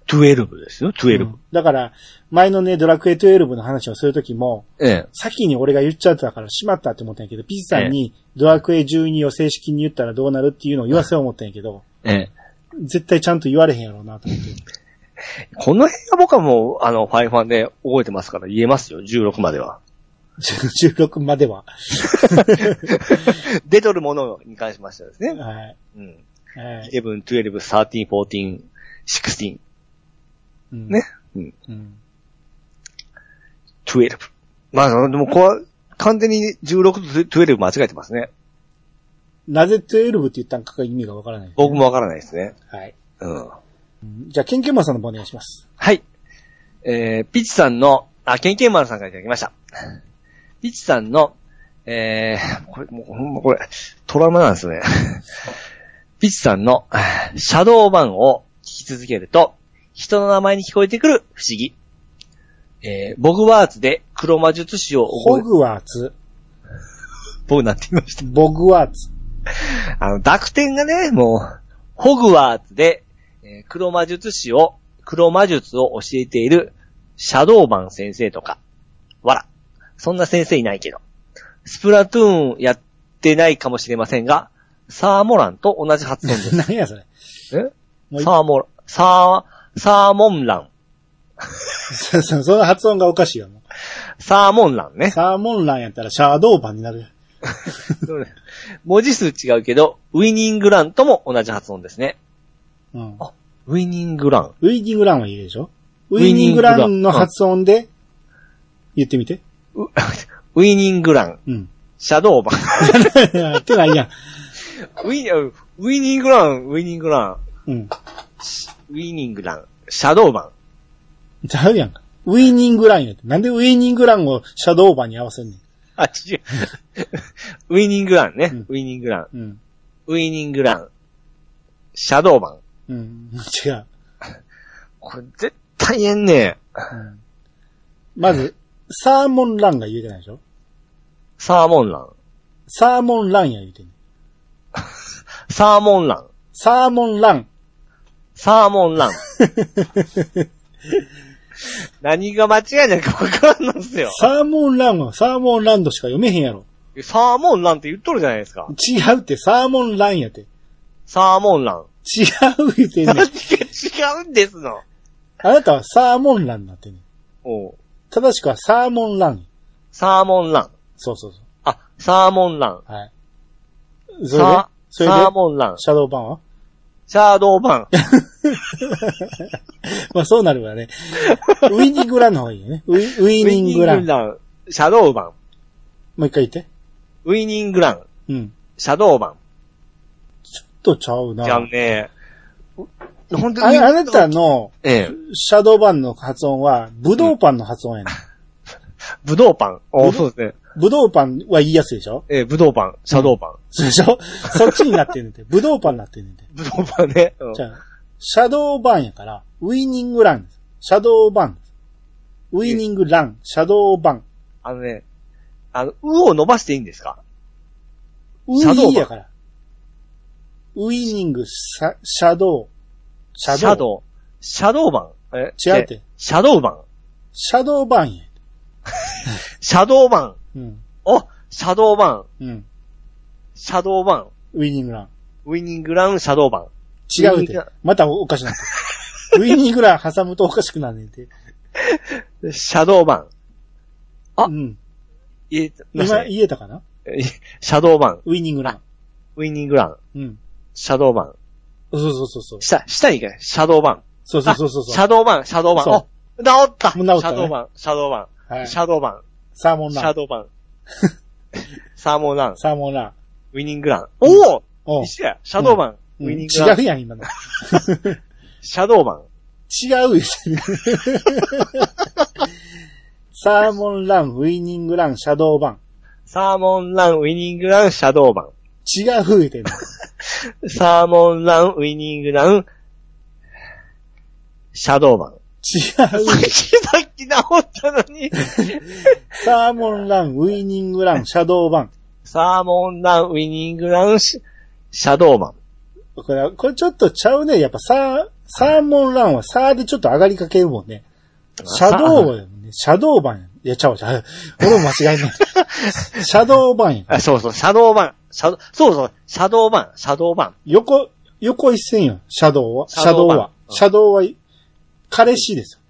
S4: 12ですよ、12。
S3: うんだから、前のね、ドラクエ12の話をするときも、
S4: ええ。
S3: 先に俺が言っちゃったからしまったって思ったんやけど、ピチさんにドラクエ12を正式に言ったらどうなるっていうのを言わせよう思ったんやけど、
S4: ええ。
S3: 絶対ちゃんと言われへんやろうなと思 (laughs) って。
S4: この辺は僕はもう、あの、ファイファンで覚えてますから言えますよ、16までは。
S3: 16までは。
S4: 出とるものに関しましてはですね。
S3: はい。
S4: うん。
S3: はい。
S4: 11、12、13、14、16、
S3: うん
S4: ね。うん。
S3: うん。
S4: 12。まあ、でもこう、完全に16と12間違えてますね。
S3: なぜ12って言ったんかが意味がわからない。
S4: 僕もわからないですね。
S3: はい。
S4: うん。
S3: じゃあ、ケンケンマンさんの方お願いします。
S4: はい。えー、ピチさんの、あ、ケンケンマルさんからいただきました。ピチさんの、えー、これ、もう、ほんまこれ、トラウマなんですよね。 (laughs) ピチさんの、シャドーバンを聞き続けると、人の名前に聞こえてくる不思議。えー、ボグワーツで黒魔術師を
S3: ホ
S4: 覚え、
S3: グワーツ、
S4: 僕なっていました。
S3: ボグワーツ。 (laughs)
S4: あの、濁点がね、もう、ホグワーツで、えー黒魔術師を、黒魔術を教えている、シャドーバン先生とか、わら、そんな先生いないけど、スプラトゥーンやってないかもしれませんが、サーモランと同じ発音
S3: (laughs)
S4: です。
S3: 何やそれ。もうい
S4: サーモラン、サー、サーモンラン、
S3: そ (laughs) そその発音がおかしいよ。も
S4: サーモンラン
S3: う
S4: ね。
S3: サーモンランやったらシャドーバンになる。
S4: 文字数違うけど、ウィニングランとも同じ発音ですね。
S3: うん。
S4: あウィニングラン。
S3: ウィニングランはいいでしょウ
S4: ウィ
S3: ィニ
S4: ニン
S3: ング
S4: グ
S3: ラ
S4: ラン
S3: ンの発音で、言ってみて。
S4: う (laughs) ウィニングラン、
S3: うん。 (laughs)
S4: シャドーバン。
S3: やってないやん。
S4: ウィン、ウィニングラン、ウィニングラ
S3: うん。
S4: ン、ウィニングラン、シャドーバ
S3: ちゃうやんか。ウィニングランやって。なんでウィニングランをシャドーバンに合わせんねん。
S4: ン。あ、違 (laughs) う。ウィニングランね。
S3: うん
S4: ウィニングラン。
S3: うん。
S4: ウィニングラン、シャドーバン。
S3: うん。違う。
S4: これ絶対言えんねえ。
S3: うんまず、サーモンランが言えてないでしょ
S4: サーモンラン。
S3: サーモンランや言うてんねん。
S4: サーモンラン。
S3: サーモンラン。
S4: サーモンラン。何が間違いなのかわ (laughs) からんのっすよ。
S3: サーモンランはサーモンランドしか読めへんやろ。
S4: サーモンランって言っとるじゃないですか。
S3: 違うって、サーモンランやって。違
S4: サーモンラン。
S3: う言うてんねん
S4: (laughs) 何が違うんですの。
S3: あなたはサーモンランになってんねん。
S4: おう
S3: 正しくはサーモンラン。
S4: サーモンラン。
S3: そうそうそ
S4: あ、サーモンラン。
S3: う。はい。それで
S4: サ、
S3: それで、
S4: サーモンラン。
S3: シャドーバンは (laughs)
S4: シャードーバン。
S3: まあそうなるわね。ウィニングランの方がいいよね。ウィウィニングラ
S4: ウィ
S3: ン。
S4: ン。シャドーバン。
S3: もう一回言って。
S4: ウィニングラン。
S3: うん。
S4: シャドーバ
S3: とちゃうな。
S4: ン。じゃんねえ。ほん
S3: ああなたの
S4: ええ。
S3: シャドーバンの発音は、ブドウパンの発音やねん。
S4: ブドウパン。
S3: ドウ
S4: おそうですね。 (laughs)
S3: ブドウパンは言いやすいでしょ
S4: ええ、ブドウパン。シャドーパン。
S3: そうでしょそっちになってんねんて。ブドウパンになってんねんて。
S4: ブドウパンね。うん
S3: じゃあ、シャドーバンやから、ウィニングランです。シャドーバン。ウィニングラン、シャドーバン。
S4: あのね、あの、うを伸ばしていいんですか
S3: ウ
S4: シャドーバン
S3: ィやから。ウィニング、シャシャドウ。シ
S4: シャドウ。シャドーバン。え
S3: 違うって。
S4: シャドーバン。
S3: シャドーバンや。
S4: シャドーバン。
S3: うん。
S4: おシャドーバン。
S3: うん。
S4: シャドーバン。
S3: ウィニングラン。
S4: ウィニングラン、シャドーバン。
S3: 違
S4: ウィ
S3: う
S4: ニ
S3: っ
S4: ングラ
S3: て。またおかしなって。
S4: (laughs)
S3: ウィニングラン挟むとおかしくなんねんて。
S4: シャドーバン。あ
S3: うん。
S4: 言えました
S3: 今
S4: ね
S3: 言えたかな
S4: えシャドーバン。
S3: ウィニングラン。
S4: ウィニングラン。
S3: うん。
S4: シャドーバン。
S3: そうそうそうそう。
S4: 下、下に行けない。シャドーバン。
S3: そうそうそうそう
S4: シ
S3: そ
S4: ャドーバン、シャドーバン。
S3: そ
S4: お治った
S3: もう治ったね
S4: シャドーバン、シャドーバ
S3: う。は
S4: ン。
S3: い
S4: シ。ャドーバン、
S3: (laughs) サーモン
S4: シ
S3: ラ
S4: ャ
S3: ン。
S4: ドーバン。サーモンラン。
S3: サーモンラン。
S4: ウウィニングラン。お
S3: お
S4: お
S3: う
S4: 一緒や。シャドーマン、
S3: うん
S4: ウィニングラン。
S3: 違うやん、今の。
S4: シャドーマン。
S3: 違う
S4: (laughs)
S3: 言うてるサーモンラン、ウィニングラン、シャドーバン。
S4: サーモンラン、ウィニングラン、シャドーマ
S3: 違う言うてる
S4: ン。サーモンラン、ウィニングラン、シャドーマン。
S3: 違う。
S4: さっきさっき直ったのに。
S3: サーモンラン、ウィニングラン、シャドーバン。
S4: サーモンラン、ウィニングラン、シシャドーマン。
S3: これ、これちょっとちゃうね。やっぱサー、サーモンランはサーでちょっと上がりかけるもんね。シャドーはね、シャドーバンやん。いや、ちゃう
S4: (laughs)
S3: ちゃう。俺も間違えない。シャドーバンやん。
S4: あ、そうそう、シャドーマン。シャド、そうそう、シャドーマン、シャドーマン。
S3: 横、横一線よ。シャドーは。シ
S4: シャ
S3: ャ
S4: ドー
S3: ドー
S4: バン
S3: は。シャドーは、彼氏ですよ。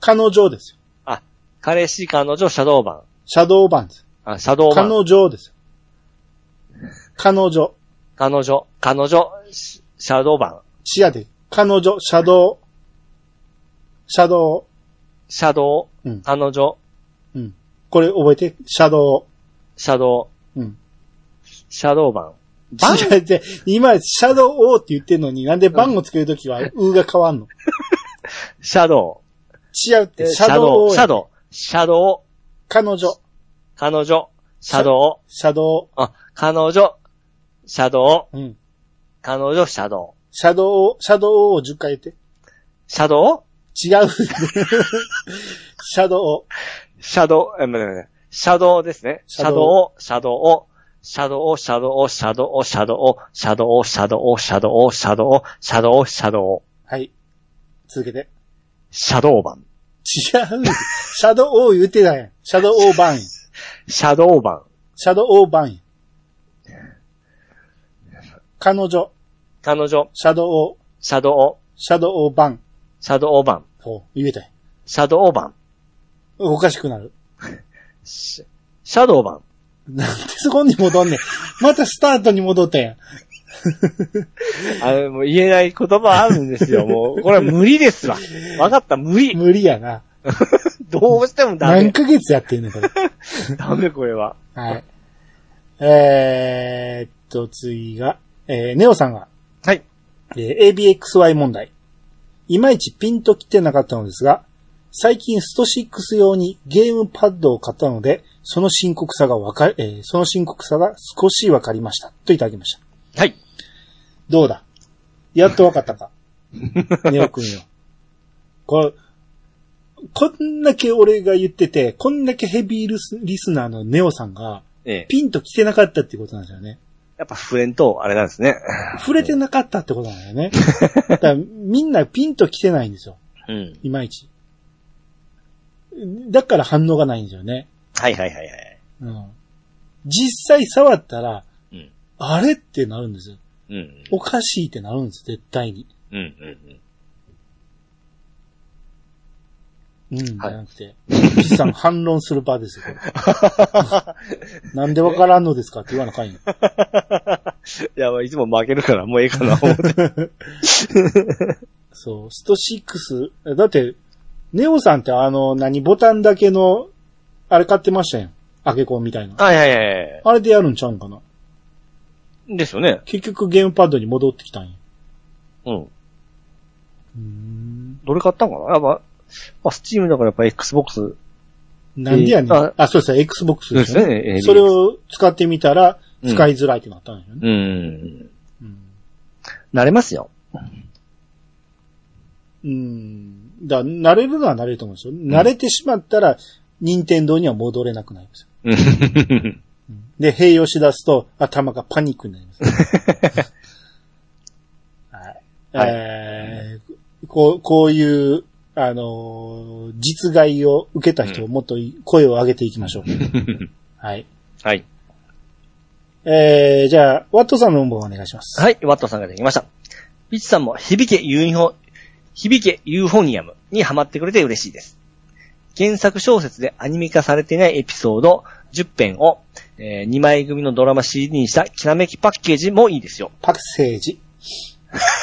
S3: 彼女ですよ。
S4: 彼氏、彼女、シャドーマン。
S3: シャドーバンです。
S4: あ、シャドーマ
S3: 彼
S4: ン。
S3: 女ですよ。彼女。
S4: 彼女、彼女、シシャドーマン。
S3: シアで。彼女、シャドー。シャド
S4: シャドー、
S3: うん
S4: 彼女、
S3: ー。うん。これ覚えて。シャド
S4: シャド
S3: ー。うん。
S4: ー、シャドーマン。バン
S3: 違う違う今、シャドウオーって言ってんのに、なんでバンをつけるときは、ウーが変わんの
S4: シャド
S3: 違う
S4: ー、
S3: って、シャドウオ
S4: シャ
S3: ー。
S4: ドー、シャド
S3: 彼女、
S4: ー、彼女、シャド
S3: シャド
S4: ー、あ、彼女、シャドー、
S3: ウ。うん。
S4: 彼女、シャドー、
S3: シャドウオー、シャドウオーを10回言って。
S4: シャドー、
S3: 違 (laughs) う。シャドウオー。
S4: シャドウ、え、待って待ってシャドウですね。
S3: シ
S4: シ
S3: ャ
S4: ャ
S3: ド
S4: ド
S3: ウ
S4: ウを、シャドウを、シャドウを、シャドウを、シャドウを、シャドウを、シャドウを、シャドウを、シャドウを、シャドウを、シャドウを、シャドウを、
S3: はい。続けて。
S4: シャドウ版。
S3: 違う。シャドウオー言ってないやん。シャドウオーバンやん。シ
S4: シャドウ版。
S3: ャドウオーバンやん。彼女、
S4: 彼女、
S3: シャドウオー、
S4: シャドウを、
S3: シャドウオーバン。
S4: シャドウ版。
S3: ほう、言えたやん。
S4: シャドウ版。
S3: おかしくなる。
S4: シシャドウ版。
S3: なんでそこに戻んねん。またスタートに戻ったやん。
S4: あれ、もう言えない言葉あるんです (laughs) よ。もう、これは無理ですわ。わかった、無理。
S3: 無理やな。
S4: どうしてもダ
S3: 何
S4: メ。
S3: ヶ月やってんのこれ。
S4: ダメ、これは。
S3: はい。えー、っと、次が、えー、ネオさんが、
S4: はい。
S3: えー ABXY 問題。いまいちピンと来てなかったのですが、最近スト6用にゲームパッドを買ったので、その深刻さがわか、えーその深刻さが少しわかりました。といただきました。
S4: はい。
S3: どうだやっとわかったか (laughs) ネオ君よ。これ、こんだけ俺が言ってて、こんだけヘビーリスリスナーのネオさんが、
S4: ええ。
S3: ピンと来てなかったってことなんですよね。
S4: やっぱ、フレンと、あれなんですね。
S3: 触れてなかったってことなんだ
S4: (laughs)
S3: よね。だからみんなピンと来てないんですよ。
S4: うん。
S3: いまいち。だから反応がないんですよね。
S4: はいはいはいはい。
S3: うん。実際触ったら、
S4: うん
S3: あれってなるんですよ。
S4: うん。
S3: おかしいってなるんです、絶対に。
S4: うん (laughs) うん
S3: うん、じ
S4: は
S3: ゃ
S4: い
S3: なくて。ピッさん反論する場ですよ、 (laughs) これなんでわからんのですかって言わなあかんよ。
S4: いや、まあいつも負けるから、もうええかな、思って。
S3: そう、スト6、だって、ネオさんってあの、何、ボタンだけの、あれ買ってましたやん。アケコンみたいな。
S4: はいはいは。
S3: あれでやるんちゃうんかない
S4: ですよね。
S3: 結局ゲームパッドに戻ってきたんや。
S4: うん。
S3: うん。
S4: どれ買ったんかなやっぱ、まあ、スチームだからやっぱ Xbox
S3: なんでやねん。
S4: えーあ
S3: あ、そうですね、Xbox
S4: で
S3: ですす
S4: よ
S3: ね。
S4: ね。
S3: それ。を使ってみたら、
S4: うん
S3: 使いづらいってなったんやね。
S4: うん。
S3: うん
S4: 慣れます (laughs) よ。
S3: うん。だから慣れるのは慣れると思うんですよ。慣れてしまったら、任天堂には戻れなくなりますよ。
S4: うん。
S3: で、併用しだすと、頭がパニックになります。はい。
S4: はい
S3: えーこう、こういう、あのー実害を受けた人をもっとい声を上げていきましょう。はい。
S4: はい。
S3: えー、じゃあ、ワットさんの音棒をお願いします。
S4: はい、ワットさんができました。ピッチさんも響けユニフォ、響けユーフォニアムにハマってくれて嬉しいです。原作小説でアニメ化されていないエピソード10編を、え2枚組のドラマ CD にしたきらめきパッケージもいいですよ。
S3: パッセージ。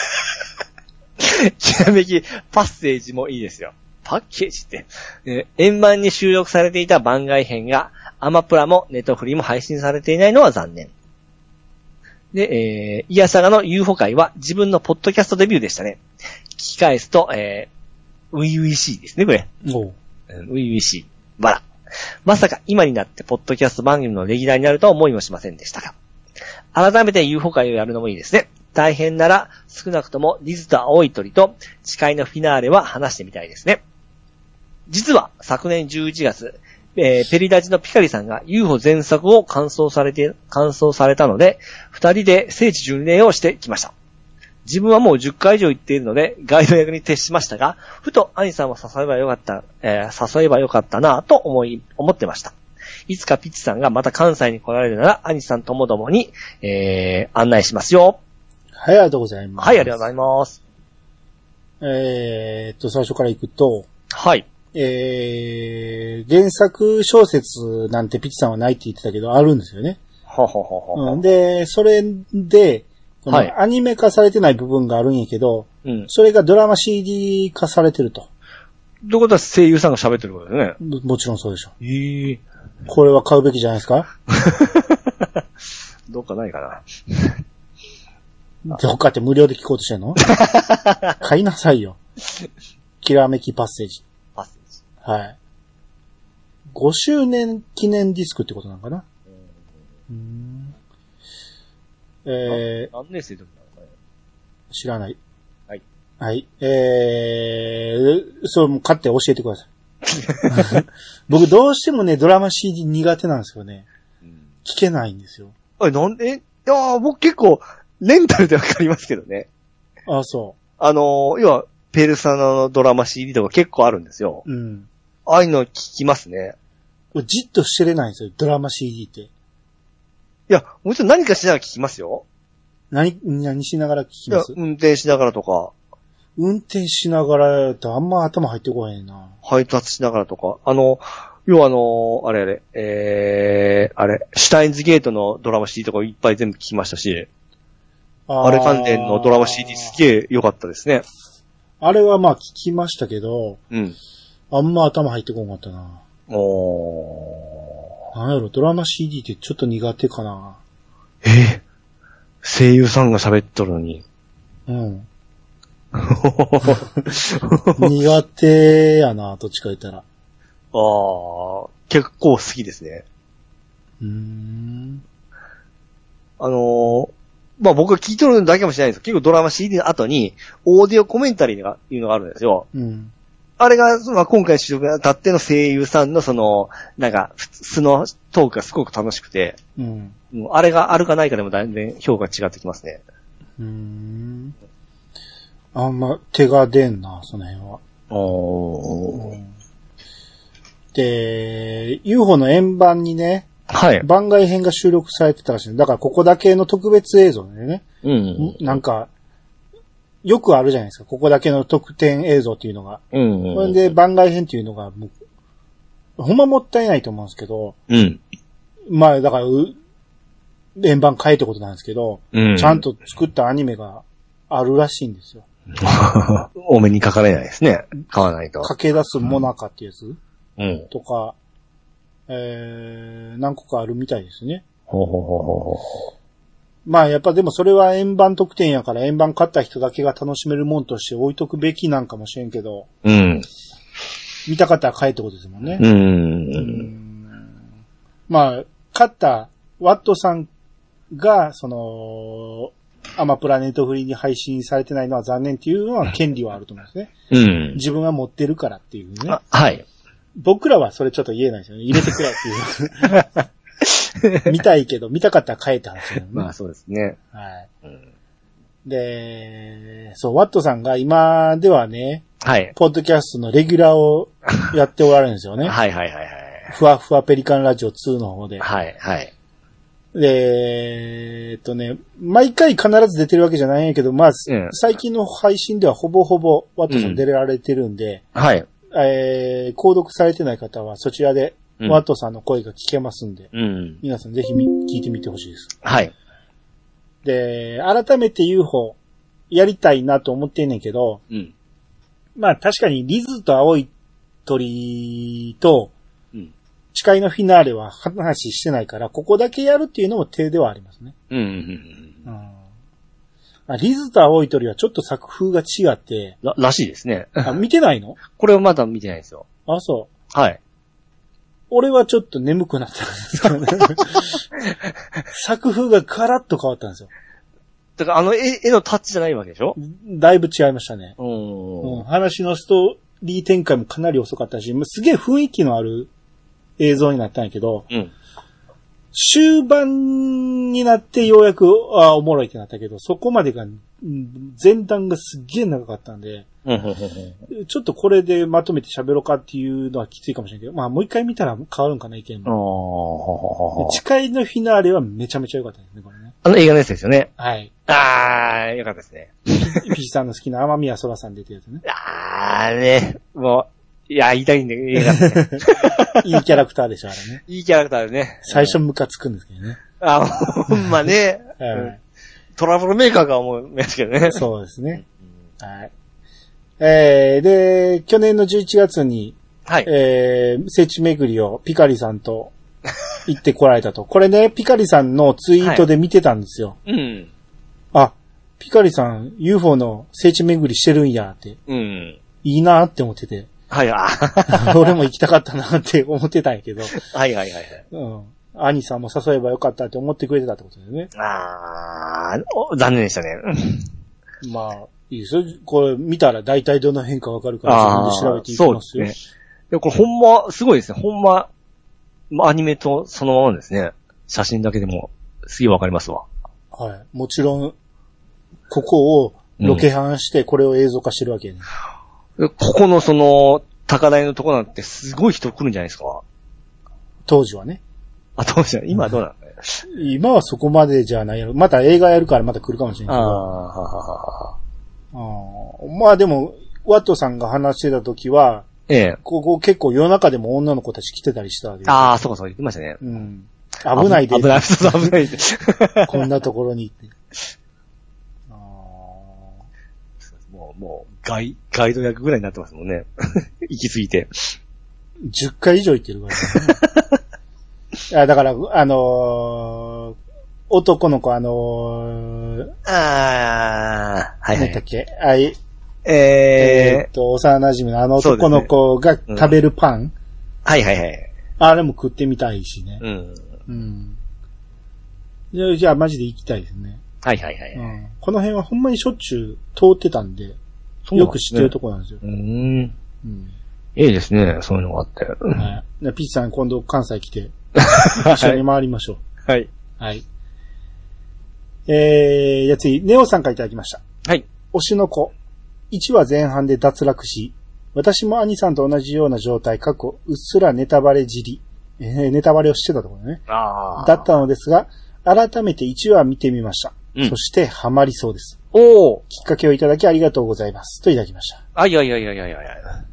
S4: (laughs) ちなみに、パッセージもいいですよ。パッケージって。えー円満に収録されていた番外編が、アマプラもネトフリも配信されていないのは残念。で、えー、イヤサガの UFO 会は自分のポッドキャストデビューでしたね。聞き返すと、えー、ウイウイしいですね、これ。
S3: おう
S4: うんウイウイしい。バラ。まさか今になってポッドキャスト番組のレギュラーになるとは思いもしませんでしたが。改めて UFO 会をやるのもいいですね。大変なら少なくともリズと青い鳥と誓いのフィナーレは話してみたいですね。実は昨年11月、えーペリダジのピカリさんが UFO 前作を完走されて、完走されたので、二人で聖地巡礼をしてきました。自分はもう10回以上行っているので、ガイド役に徹しましたが、ふと兄さんを誘えばよかった、えー誘えばよかったなぁと思い、思ってました。いつかピッチさんがまた関西に来られるなら、兄さんともどもに、えー、案内しますよ。
S3: はい、ありがとうございます。
S4: はい、ありがとうございます。
S3: えーっと、最初から行くと、
S4: はい。
S3: えー、原作小説なんてピチさんはないって言ってたけど、あるんですよね。
S4: ほうほうほうほう
S3: うん、で、それで、こ
S4: はい
S3: のアニメ化されてない部分があるんやけど、
S4: うん。
S3: それがドラマ CD 化されてると。
S4: ということは声優さんが喋ってることだよね。
S3: ももちろんそうでしょ。
S4: ええ。
S3: これは買うべきじゃないですか
S4: (laughs) どっかないかな。
S3: 他って無料で聞こうとし
S4: (laughs)
S3: てんの買いなさいよ。きらめきパッセージ。
S4: パスです
S3: はい。5周年記念ディスクってことなのかなうんえー、
S4: 何年生の時なのかね。
S3: 知らない。
S4: はい。
S3: はい。えー、それも買って教え
S4: (laughs)
S3: てください。僕どうしてもね、ドラマ CD 苦手なんですよね。
S4: うん。
S3: 聞けないんですよ。
S4: あれ、なんで、いやー僕結構、レンタルでわかりますけどね。
S3: あ、そ
S4: あのー、要は、ペルサナのドラマ CD とか結構あるんですよ。
S3: う。うん。
S4: ああいうの聞きますね。
S3: じっとしてれないんですよ、ドラマ CD って。
S4: いや、もちろん何かしながら聞きますよ。
S3: 何、何しながら聞き
S4: いや
S3: ます、
S4: 運転しながらとか、
S3: 運転しながらやとあんま頭入ってこへんな。
S4: 配達しながらとか、あの、要はあのー、あれあれ、えー、あれ、シュタインズゲートのドラマ CD とかいっぱい全部聞きましたし、
S3: あー
S4: アル関連のドラマ CD すげえ良かったですね。
S3: あれはまあ聞きましたけど、
S4: うん。
S3: あんま頭入ってこんかったな。
S4: お
S3: なんやろ、ドラマ CD ってちょっと苦手かな。
S4: ー。えー、声優さんが喋っとるのに。 (laughs)
S3: うん。苦手やな、どっちか言ったら。
S4: あー、結構好きですね。
S3: うーん。
S4: あのーまあ、僕が聞いてるだけかもしれないんですけど、結構ドラマ CD の後に、オーディオコメンタリーが、いうのがあるんですよ。
S3: うん。
S4: あれが、まあ、今回主力にたっての声優さんのその、なんか、ふ素のトークがすごく楽しくて、
S3: うん。
S4: うんあれがあるかないかでも全然評価違ってきますね。
S3: うーん。あんま手が出んな、その辺は。
S4: お
S3: で、UFO の円盤にね、
S4: はい。
S3: 番外編が収録されてたらしいの。だからここだけの特別映像でね、
S4: うん。
S3: なんか、よくあるじゃないですか。ここだけの特典映像っていうのが。
S4: うん
S3: それで番外編っていうのが、もう、ほんまもったいないと思うんですけど、
S4: うん。
S3: まあだから、う円盤変えってことなんですけど、
S4: う
S3: ちゃん。と作ったアニメがあるらしいんですよ。
S4: (laughs) お目にかかれないですね。買わないと。
S3: 駆け出すモナカっていうやつ
S4: うん。
S3: とか、えー、何個かあるみたいですね。
S4: ほうほうほうほう
S3: まあやっぱでもそれは円盤特典やから円盤買った人だけが楽しめるもんとして置いとくべきなんかもしれんけど、
S4: うん。
S3: 見たかったら買えってことですもんね。
S4: うん。
S3: まあ、勝ったワットさんが、その、アマプラネットフリーに配信されてないのは残念っていうのは権利はあると思うんですね。
S4: うん。
S3: 自分が持ってるからっていうね。
S4: あはい。
S3: 僕らはそれちょっと言えないですよね。入れてくれって
S4: (laughs)
S3: いう。見たいけど、見たかったら変えた話だよね。
S4: まあそうですね。
S3: はい。
S4: うん
S3: で、そう、ワットさんが今ではね、
S4: はい。
S3: ポッドキャストのレギュラーをやっておられるんです
S4: (laughs)
S3: よね。
S4: はいはいはいはい。
S3: ふわふわペリカンラジオ2の方で。
S4: はいはい。
S3: で、えーっとね、毎回必ず出てるわけじゃないんやけど、まあ、
S4: ええ
S3: 最近の配信ではほぼほぼワットさん出られてるんで、
S4: はい。
S3: えー、購読されてない方はそちらで
S4: うん
S3: ワットさんの声が聞けますんで、
S4: うん。
S3: 皆さんぜひみ聞いてみてほしいです。
S4: はい。
S3: で、改めて UFO やりたいなと思ってんねんけど、
S4: うん。
S3: まあ確かにリズと青い鳥と
S4: うん。
S3: 誓いのフィナーレは話してないから、ここだけやるっていうのも手ではありますね。
S4: うん。
S3: あ、リズター多い鳥はちょっと作風が違って、
S4: ら、らしいですね。 (laughs)
S3: あ、見てないの
S4: これをまだ見てないんですよ。
S3: あ、そう。
S4: はい。
S3: 俺はちょっと眠くなったんですけどね。作風がガラッと変わったんですよ。
S4: だからあの絵、絵のタッチじゃないわけでしょ
S3: だいぶ違いましたね。
S4: うーん。
S3: うん、話のストーリー展開もかなり遅かったし、もうすげえ雰囲気のある映像になったんやけど、
S4: うん。
S3: 終盤になってようやく、あおもろいってなったけど、そこまでが、うん前段がすっげえ長かったんで、
S4: うんうんうんうん
S3: ちょっとこれでまとめて喋ろうかっていうのはきついかもしれんけど、まあもう一回見たら変わるんかな、意見
S4: あー
S3: も。
S4: ほほほほ
S3: 誓いのフィナーレはめちゃめちゃ良かったですね、これね。
S4: あの映画のやつですよね。
S3: はい。
S4: あー、よかったですね。
S3: ピチさんの好きな天宮空さん出てるやつ (laughs) ね。
S4: あーね、もう、いや、言いたいんだけど、映画って (laughs) ね
S3: いいキャラクターでしょ、あれね。
S4: いいキャラクターでね。
S3: 最初ムカつくんですけどね。
S4: あ、ほんまね。
S3: はい。
S4: トラブルメーカーか思うんですけどね。
S3: そうですね。はい。えー、で、去年の11月に、
S4: はい。
S3: えー、聖地巡りをピカリさんと行ってこられたと。これね、ピカリさんのツイートで見てたんですよ。
S4: うん。
S3: あ、ピカリさん UFO の聖地巡りしてるんやって、
S4: うん。
S3: いいなって思って
S4: (laughs)
S3: て、
S4: はい、あ
S3: 俺も行きたかったなって思ってたんやけど、
S4: はいはいはい。
S3: うん。兄さんも誘えばよかったって思ってくれてたってことだよね。
S4: あー、お残念でしたね。
S3: まあ、いいですよ。これ見たら大体どの変化わかるから自分で調べていきますよ。
S4: あーそうですでもこれほんま、すごいですね。ほんま、まアニメとそのままですね。写真だけでも、すげえわかりますわ。
S3: はい。もちろん、ここをロケハンして、これを映像化してるわけね。
S4: ここのその、高台のとこなんてすごい人来るんじゃないですか。
S3: 当時はね。
S4: あ、どうした今はどうなんだよ。
S3: 今はそこまでじゃないやろ。また映画やるからまた来るかもしれ
S4: あ
S3: ないけ
S4: あ、
S3: ど。
S4: はははは。
S3: うんまあでも、ワットさんが話してた時は、
S4: ええ。
S3: ここ結構夜中でも女の子たち来てたりしたわけです
S4: ああ、そうかそうか言ってましたね。
S3: うん。危ないで
S4: 危、ない、そうそう危ないで。
S3: こんなところにって。 (laughs) あ
S4: (laughs) もう、もう、ガイ、ガイド役ぐらいになってますもんね。 (laughs) 行き過ぎて。
S3: ー10回以上行ってる
S4: (laughs)
S3: から、ね。いや、だから、あのー男の子、あのー
S4: ああ、はいは
S3: 何だっ
S4: い。
S3: け、あいえー
S4: え
S3: っと、幼馴染のあの男の子が
S4: うん
S3: 食べるパン、
S4: ー、はいはいはい。
S3: あれも食ってみたいしね。
S4: うん。
S3: うん。じゃあ、じゃあマジで行きたいですね。
S4: はいはいは
S3: う
S4: い。
S3: ん。この辺はほんまにしょっちゅう通ってたんで、よく知ってると
S4: こ。
S3: こなんですよ。
S4: うん。い
S3: うん。
S4: いですね、そういうのがあって。
S3: はい。でピッチさん今度関西来て、一緒に回りましょう。
S4: はい。
S3: はい。えー、じゃあ次、ネオさんからいただきました。
S4: はい。
S3: 推しの子。1話前半で脱落し、私も兄さんと同じような状態、過去、うっすらネタバレじり、えーネタバレをしてたところね。
S4: ああ。
S3: だっ。たのですが、改めて1話見てみました。
S4: うん
S3: そして、ハマりそうです。
S4: おお。
S3: きっかけをいただきありがとうございます。といただきました。
S4: あ、いやいやいやいやいやいや。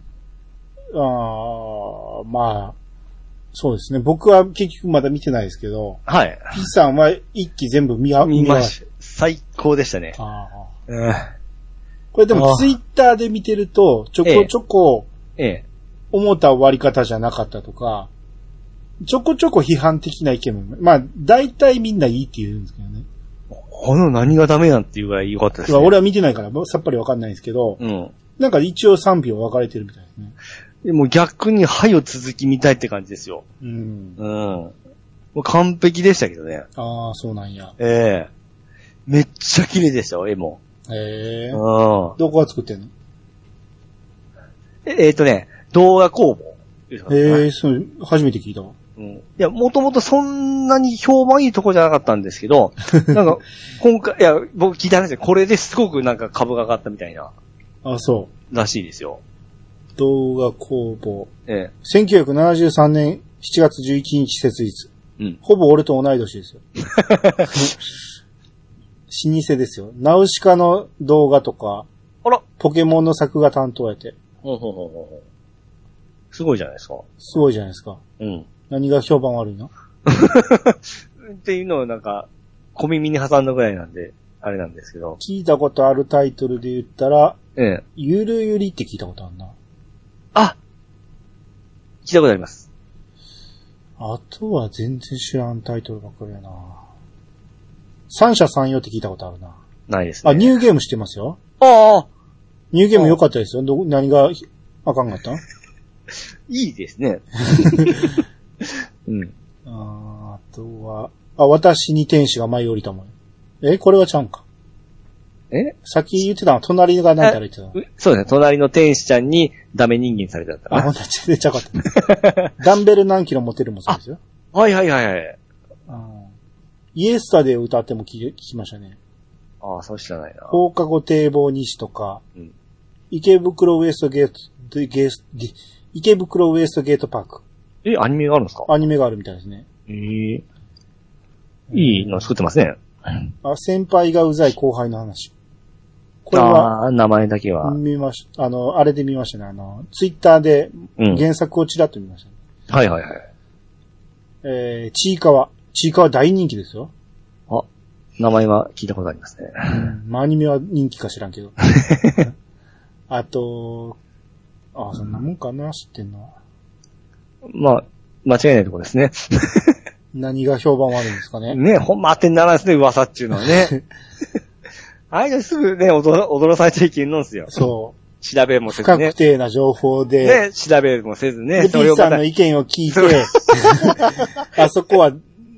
S3: あーまあ、そうですね。僕は結局まだ見てないですけど、
S4: はい。
S3: ピッチさんは一期全部見あ
S4: 見ま
S3: 見
S4: し、最高でしたね。
S3: 終わあー
S4: うん。
S3: これでも
S4: あー
S3: ツイッターで見てると、ちょこちょこ、
S4: ええ。
S3: 思った終わり方じゃなかったとか、ちょこちょこ批判的な意見も、まあ、大体みんないいって言うんですけどね。
S4: この何がダメなんていうぐらい良かったですね。
S3: 俺は見てないからさっぱりわかんないんですけど、
S4: うん。
S3: なんか一応賛否は分かれてるみたいですね。
S4: でも逆に、はよ続き見たいって感じですよ。
S3: うん。
S4: うん。もう完璧でしたけどね。
S3: ああ、そうなんや。
S4: ええめっちゃ綺麗でしたよ、絵も。
S3: へえ
S4: う。ん。
S3: どこが作ってんの
S4: ええーとね、動画工房。
S3: へえ、そう、初めて聞いたわ。
S4: うんいや、もともとそんなに評判いいとこじゃなかったんですけ (laughs) ど、なんか、今回、いや、僕聞いた話で、これですごくなんか株が上がったみたいな、
S3: あそ
S4: らしいですよ。
S3: う。動画工房。
S4: え
S3: 1973年7月11日設立。
S4: えうん。
S3: ほぼ俺と同い
S4: (laughs)
S3: 年ですよ。老舗ですよ。ナウシカの動画とか、
S4: あら
S3: ポケモンの作画担当やって。
S4: ほうほうほうほうほう。すごいじゃないですか。
S3: すごいじゃないですか。
S4: うん。
S3: 何が評判悪いの
S4: っていうのをなんか、小耳に挟んだぐらいなんで、あれなんですけど。
S3: 聞いたことあるタイトルで言ったら、
S4: ええ
S3: ゆるゆりって聞いたことあるな。
S4: あ聞いたことあります。
S3: あとは全然知らんタイトルばっかりやな。三者三様って聞いたことあるな。
S4: ないですね。
S3: あ、ニューゲームしてますよ。
S4: ああ、
S3: ニューゲーム良かったですよ。どこ、何があかんかったん
S4: いいですね。 (laughs) うん。
S3: あーあとは、あ、私に天使が舞い降りたもん。え、これはちゃうんか。
S4: え
S3: さっき言ってたの、隣が何から言ってたの。
S4: うそうですね。隣の天使ちゃんにダメ人間されちゃった
S3: あ、
S4: な
S3: ほんと全然ちゃうかった。ダンベル何キロ持てるもそうですよ。
S4: はいはいはいはい。
S3: うんイエスタで歌っても聞き聞きましたね。
S4: ああ、そう知らないな。
S3: 放課後堤防西とか、
S4: うん
S3: 池袋ウエストゲート、でゲースで池袋ウエストゲートパーク。
S4: え、アニメがあるんですか
S3: アニメがあるみたいですね。
S4: ええいいの作ってますね。
S3: あ、先輩がうざい後輩の話。これは、
S4: ああー、名前だけは。
S3: 見ました。あの、あれで見ましたね。あの、ツイッターで
S4: うん。
S3: 原作をちらっと見ました、ね
S4: はいはいはい。
S3: えー、ちいかわ。ちいかわ大人気ですよ。
S4: 名前は聞いたことありますね。
S3: まあ、アニメは人気か知ら
S4: (laughs)
S3: んけど。あと、あ、そんなもんかな、知ってんのは。
S4: まあ、間違いないとこですね。
S3: 何が評判悪いんですかね。
S4: ねほんま当てにならんですね、噂っていうのは (laughs) ね。ああいうのすぐね、驚驚されちゃいけんのんすよ。
S3: そ
S4: 調べも
S3: う。不
S4: せずね
S3: 確。定な情報で、
S4: ね、調べもせずね。
S3: で、
S4: そ
S3: P
S4: れを
S3: さ
S4: ま
S3: ん
S4: た
S3: の、意見を聞い
S4: それ (laughs)
S3: て、あそこは、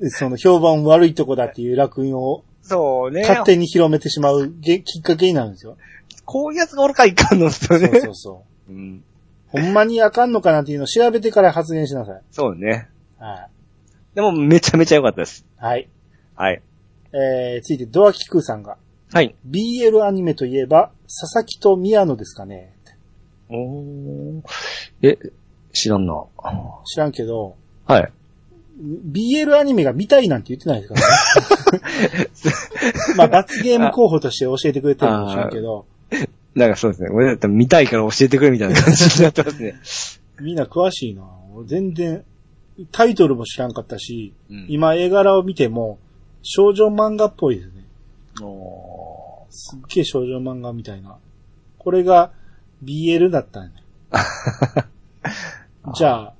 S3: その評判悪いとこだっていう楽園を
S4: そうね。
S3: 勝手に広めてしまうげきっかけになるんですよ。
S4: こういうやつがおるからいかんのっすよ
S3: そ
S4: ね。
S3: うそうそう。
S4: うん
S3: ほんまにあかんのかなっていうのを調べてから発言しなさい。
S4: そうね。
S3: はい。
S4: でも、めちゃめちゃ良かったです。
S3: はい。
S4: はい。
S3: えー、ついてドアキクーさんが、
S4: はい。
S3: BL アニメといえば、佐々木と宮野ですかね。
S4: おー。え、知らんな。は
S3: 知らんけど、
S4: い。
S3: BL アニメが見たいなんて言ってないですからね。まあ、罰ゲーム候補として教えてくれてるんでしょうけど、
S4: なんかそうですね。俺だったら見たいから教えてくれみたいな感じになってますね。 (laughs)
S3: みんな詳しいな。俺全然、タイトルも知らんかったし、
S4: うん
S3: 今絵柄を見ても、少女漫画っぽいですね。
S4: お
S3: すっげえ少女漫画みたいな。これが BL だ
S4: (laughs)
S3: ったんや。じゃあ、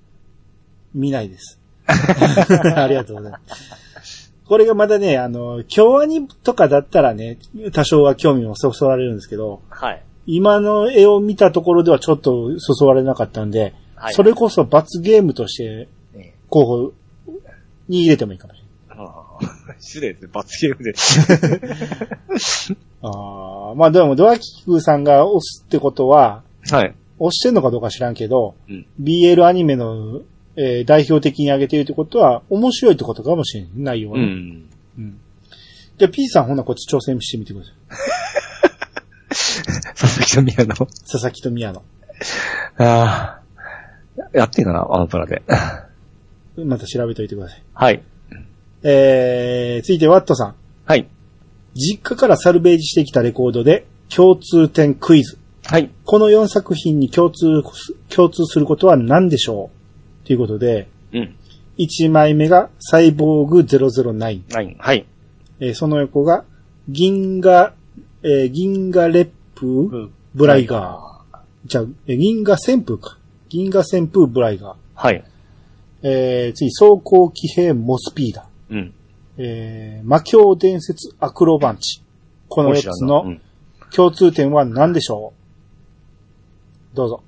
S3: 見ないです。 (laughs) ありがとうございます。これがまだね、あの、京アニとかだったらね、多少は興味もそそられるんですけど、
S4: はい。
S3: 今の絵を見たところではちょっとそそられなかったんで、
S4: はい。
S3: それこそ罰ゲームとして
S4: ええ、
S3: 候補に入れてもいいかもしれない。
S4: あー (laughs) 失礼ですね。罰ゲームで。
S3: あーまあでも、ドアキクさんが押すってことは、
S4: (laughs) はい。
S3: 押してんのかどうか知らんけど、
S4: うん
S3: BL アニメの、えー代表的に挙げてるってことは、面白いってことかもしれんないよ
S4: う
S3: ね。
S4: ん。
S3: うんじゃあ、P さんほんならこっち挑戦してみてください。
S4: 佐々木と宮野。
S3: 佐々木と宮野。
S4: ああ。やっていいかなアマプラで。
S3: また調べといてください。
S4: はい。
S3: えー、続いてワットさん。
S4: はい。
S3: 実家からサルベージしてきたレコードで、共通点クイズ。
S4: はい。
S3: この4作品に共通す、共通することは何でしょうということで、
S4: うん。
S3: 1枚目がサイボーグ009。
S4: はい。はい。
S3: えーその横が、銀河、えー銀河レップ、ブライガー。じゃあ、えー銀河旋風か。銀河旋風ブライガー。
S4: はい。
S3: えー、次、装甲騎兵モスピーダ。
S4: うん。
S3: えー、魔境伝説アクロバンチ。この4つ
S4: う
S3: の
S4: ん
S3: 共通点は何でしょうどうぞ。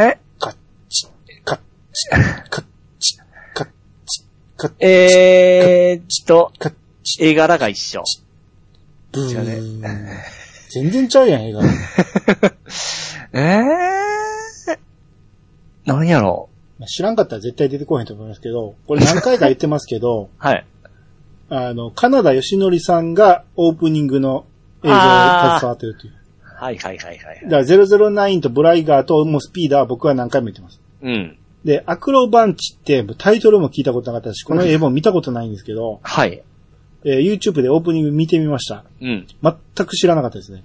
S4: え
S3: カッチ、カッチ、カッチ、カッチ、カッ
S4: ーえーっと、
S3: カッチ、
S4: 絵柄が一緒。
S3: ブ
S4: 違
S3: ーン。全然ちゃうやん、映画。
S4: ええー。なんやろ
S3: まあ知らんかったら絶対出てこへんと思いますけど、これ何回か言ってますけど、 (laughs)
S4: はい。
S3: あの、カナダ吉典さんがオープニングの映像を携わってるという。
S4: はいはいはいはいはい。
S3: だから009とブライガーともうスピーダーは僕は何回も言ってます。
S4: うん。
S3: で、アクロバンチってタイトルも聞いたことなかったし、この絵も見たことないんですけど、
S4: はい。
S3: えー YouTube でオープニング見てみました。
S4: うん。 (laughs)
S3: 全く知らなかったですね。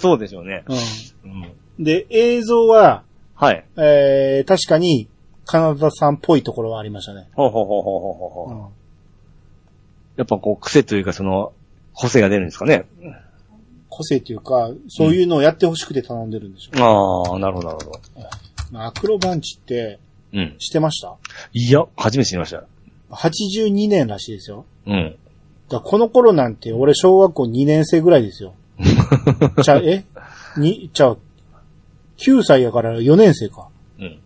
S4: そうでしょうね。
S3: う
S4: うん。
S3: ん、で、映像は、
S4: はい。
S3: えー、確かにカナダさんっぽいところはありましたね。
S4: ほうほうほうほうほうほう。やっぱこう、癖というか、その、個性が出るんですかね。
S3: 個性というか、そういうのをやってほしくて頼んでるんでしょ。
S4: ああ、なるほど、なるほど。
S3: まあアクロバンチって、
S4: うん。
S3: してました
S4: いや、初めて知りました。
S3: ?82 年らしいですよ。
S4: うん。
S3: だからこの頃なんて、俺小学校2年生ぐらいで
S4: (laughs)
S3: すよ。ちゃう、えに、ちゃう、9歳やから4年生か。
S4: うん。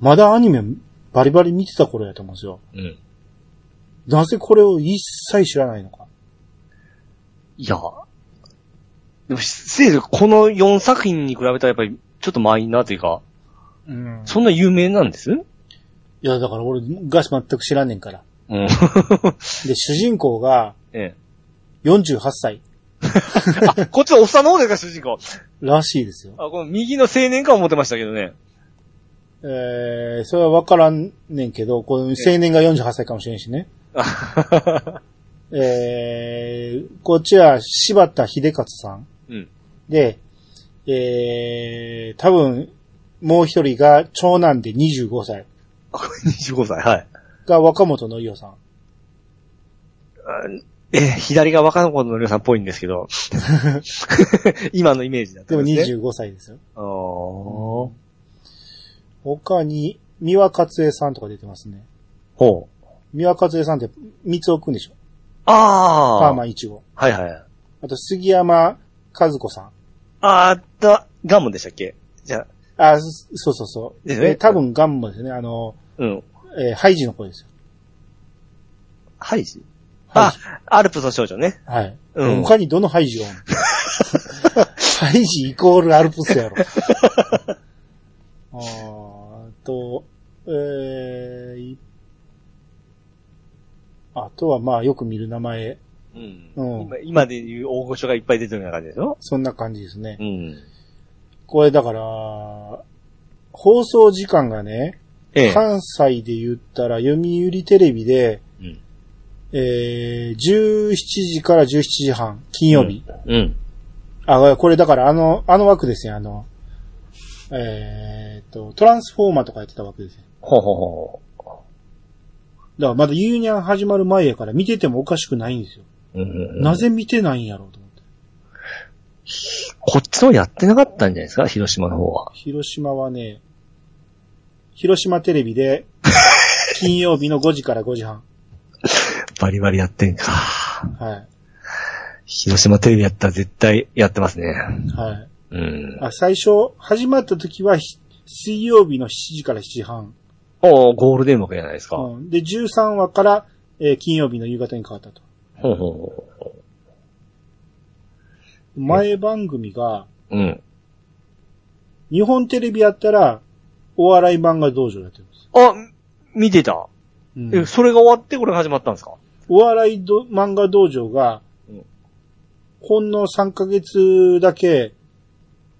S3: まだアニメバリバリ見てた頃やと思うんですよ。
S4: うん。
S3: なぜこれを一切知らないのか。
S4: いや、でも、せいぜいこの4作品に比べたらやっぱり、ちょっとマイナーというか、
S3: うん。
S4: そんな有名なんですうん。
S3: いや、だから俺、ガス全く知らんねんから。
S4: (laughs)
S3: で、主人公が
S4: ええ。
S3: 48歳
S4: あ、こっちはおっさんの方ですか、主人公。
S3: らしいですよ。
S4: あ、この右の青年か思ってましたけどね。
S3: えー、それはわからんねんけど、この青年が48歳かもしれんしね。
S4: あははは
S3: えー、こっちは柴田秀勝さん。
S4: うん。
S3: で、えー、多分、もう一人が長男で25歳
S4: あこれ25歳、はい。
S3: が若本のりおさん。
S4: ええ、左が若子のりょうさんっぽいんですけ (laughs) ど。今のイメージだった
S3: でも
S4: んすね。
S3: 25歳ですよ。
S4: も20。
S3: 他に、三輪勝恵さんとか出てますね。
S4: ほう。
S3: 三輪勝恵さんって三つ置くんでしょ
S4: ああ。
S3: パーマ一号。
S4: はいはい。
S3: あと、杉山和子さん。
S4: あーっと、ガムでしたっけじゃあ、
S3: あ、そそうそうそう。
S4: ですね
S3: えー多分ガンマですね。あの、
S4: うん。
S3: えーハイジの子ですよ。
S4: ハイジ
S3: ハイ
S4: あ
S3: ジ、
S4: アルプスの少女ね。
S3: はい。
S4: うん
S3: 他にどのハイジがおんのハイジイコールアルプスやろ。あーと、えーいあとはまあよく見る名前、
S4: うん
S3: うん
S4: 今今でいう大御所がいっぱい出てるような感じでしょ
S3: そんな感じですね。
S4: うん。
S3: これだから、放送時間がね、
S4: ええ。
S3: 関西で言ったら読売テレビで、
S4: うん
S3: えー、17時から17時半、金曜日。
S4: うん。
S3: あ、これだからあの、あの枠ですよ、あの、えーっと、トランスフォーマーとかやってた枠ですよ。
S4: ほうほうほ
S3: だからまだユーニャン始まる前やから見ててもおかしくないんですよ。
S4: う。うん
S3: なぜ見てないんやろうと思って。
S4: こっちの方やってなかったんじゃないですか広島の方は。
S3: 広島はね、広島テレ
S4: (laughs)
S3: ビで、金曜日の5時から5時半。
S4: バリバリやってんか。
S3: は
S4: 広島テレビやったら絶対やってますね。
S3: い。はい。
S4: うん。
S3: あ、最初、始まった時はひ、水曜日の7時から7時半。
S4: おーゴールデン枠じゃないですか。
S3: うん、で、13話から、えー金曜日の夕方に変わったと。
S4: ほうほうほうほ
S3: 前番組が、
S4: う。うん。
S3: 日本テレビやったら、お笑い漫画道場やってるんです。
S4: あ、見てた。
S3: うん
S4: え、それが終わってこれが始まったんですか
S3: お笑いど漫画道場が
S4: うん、
S3: ほんの3ヶ月だけ、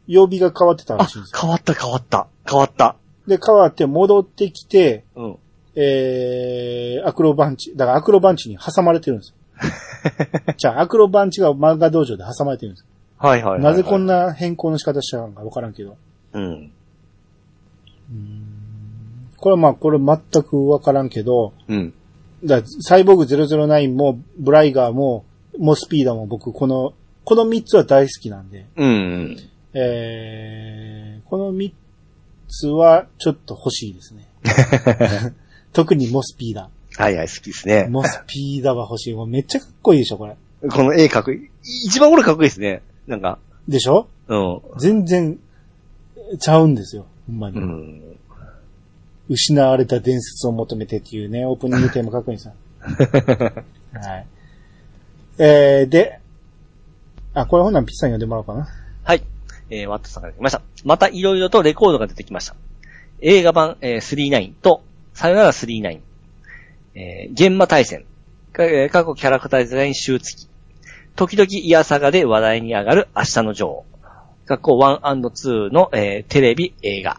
S3: 曜日が変わってたら
S4: あ
S3: しいんです、よ。
S4: 変わった変わった。変わった。
S3: で、変わって戻ってきて、
S4: うん。
S3: えー、アクロバンチ、だからアクロバンチに挟まれてる
S4: (laughs)
S3: んですよ。じゃあ、アクロバンチが漫画道場で挟まれてるんです。
S4: はいはいはいはい。
S3: なぜこんな変更の仕方したのかわからんけど。
S4: うん。
S3: これはまあ、これ全くわからんけど、
S4: うん。
S3: だからサイボーグ009も、ブライガーも、モスピーダーも僕、この、この3つは大好きなんで、
S4: うん。
S3: えー、この3つはちょっと欲しいですね。特にモスピーダ
S4: はいはい、好きです
S3: ー。
S4: ね。
S3: モスピーダーは欲しい。もうめっちゃかっこいいでしょ、これ。
S4: この絵かっこいい。一番俺かっこいいですね。なんか、
S3: でしょ
S4: うん。
S3: 全然、ちゃうんですよ。ほんまに。
S4: うん。
S3: 失われた伝説を求めてっていうね、オープニングテーマ確認さん。はい。えー、で、あ、これほんなんピッサに読んでもらおうかな。
S4: はい。えー、ワットさんから来ました。またいろいろとレコードが出てきました。映画版、えー、39と、さよなら39。えー、現場対戦。かえー過去キャラクターデザイン集付き。時々イヤサガで話題に上がる明日の女王。過去 1&2 の、えー、テレビ、映画。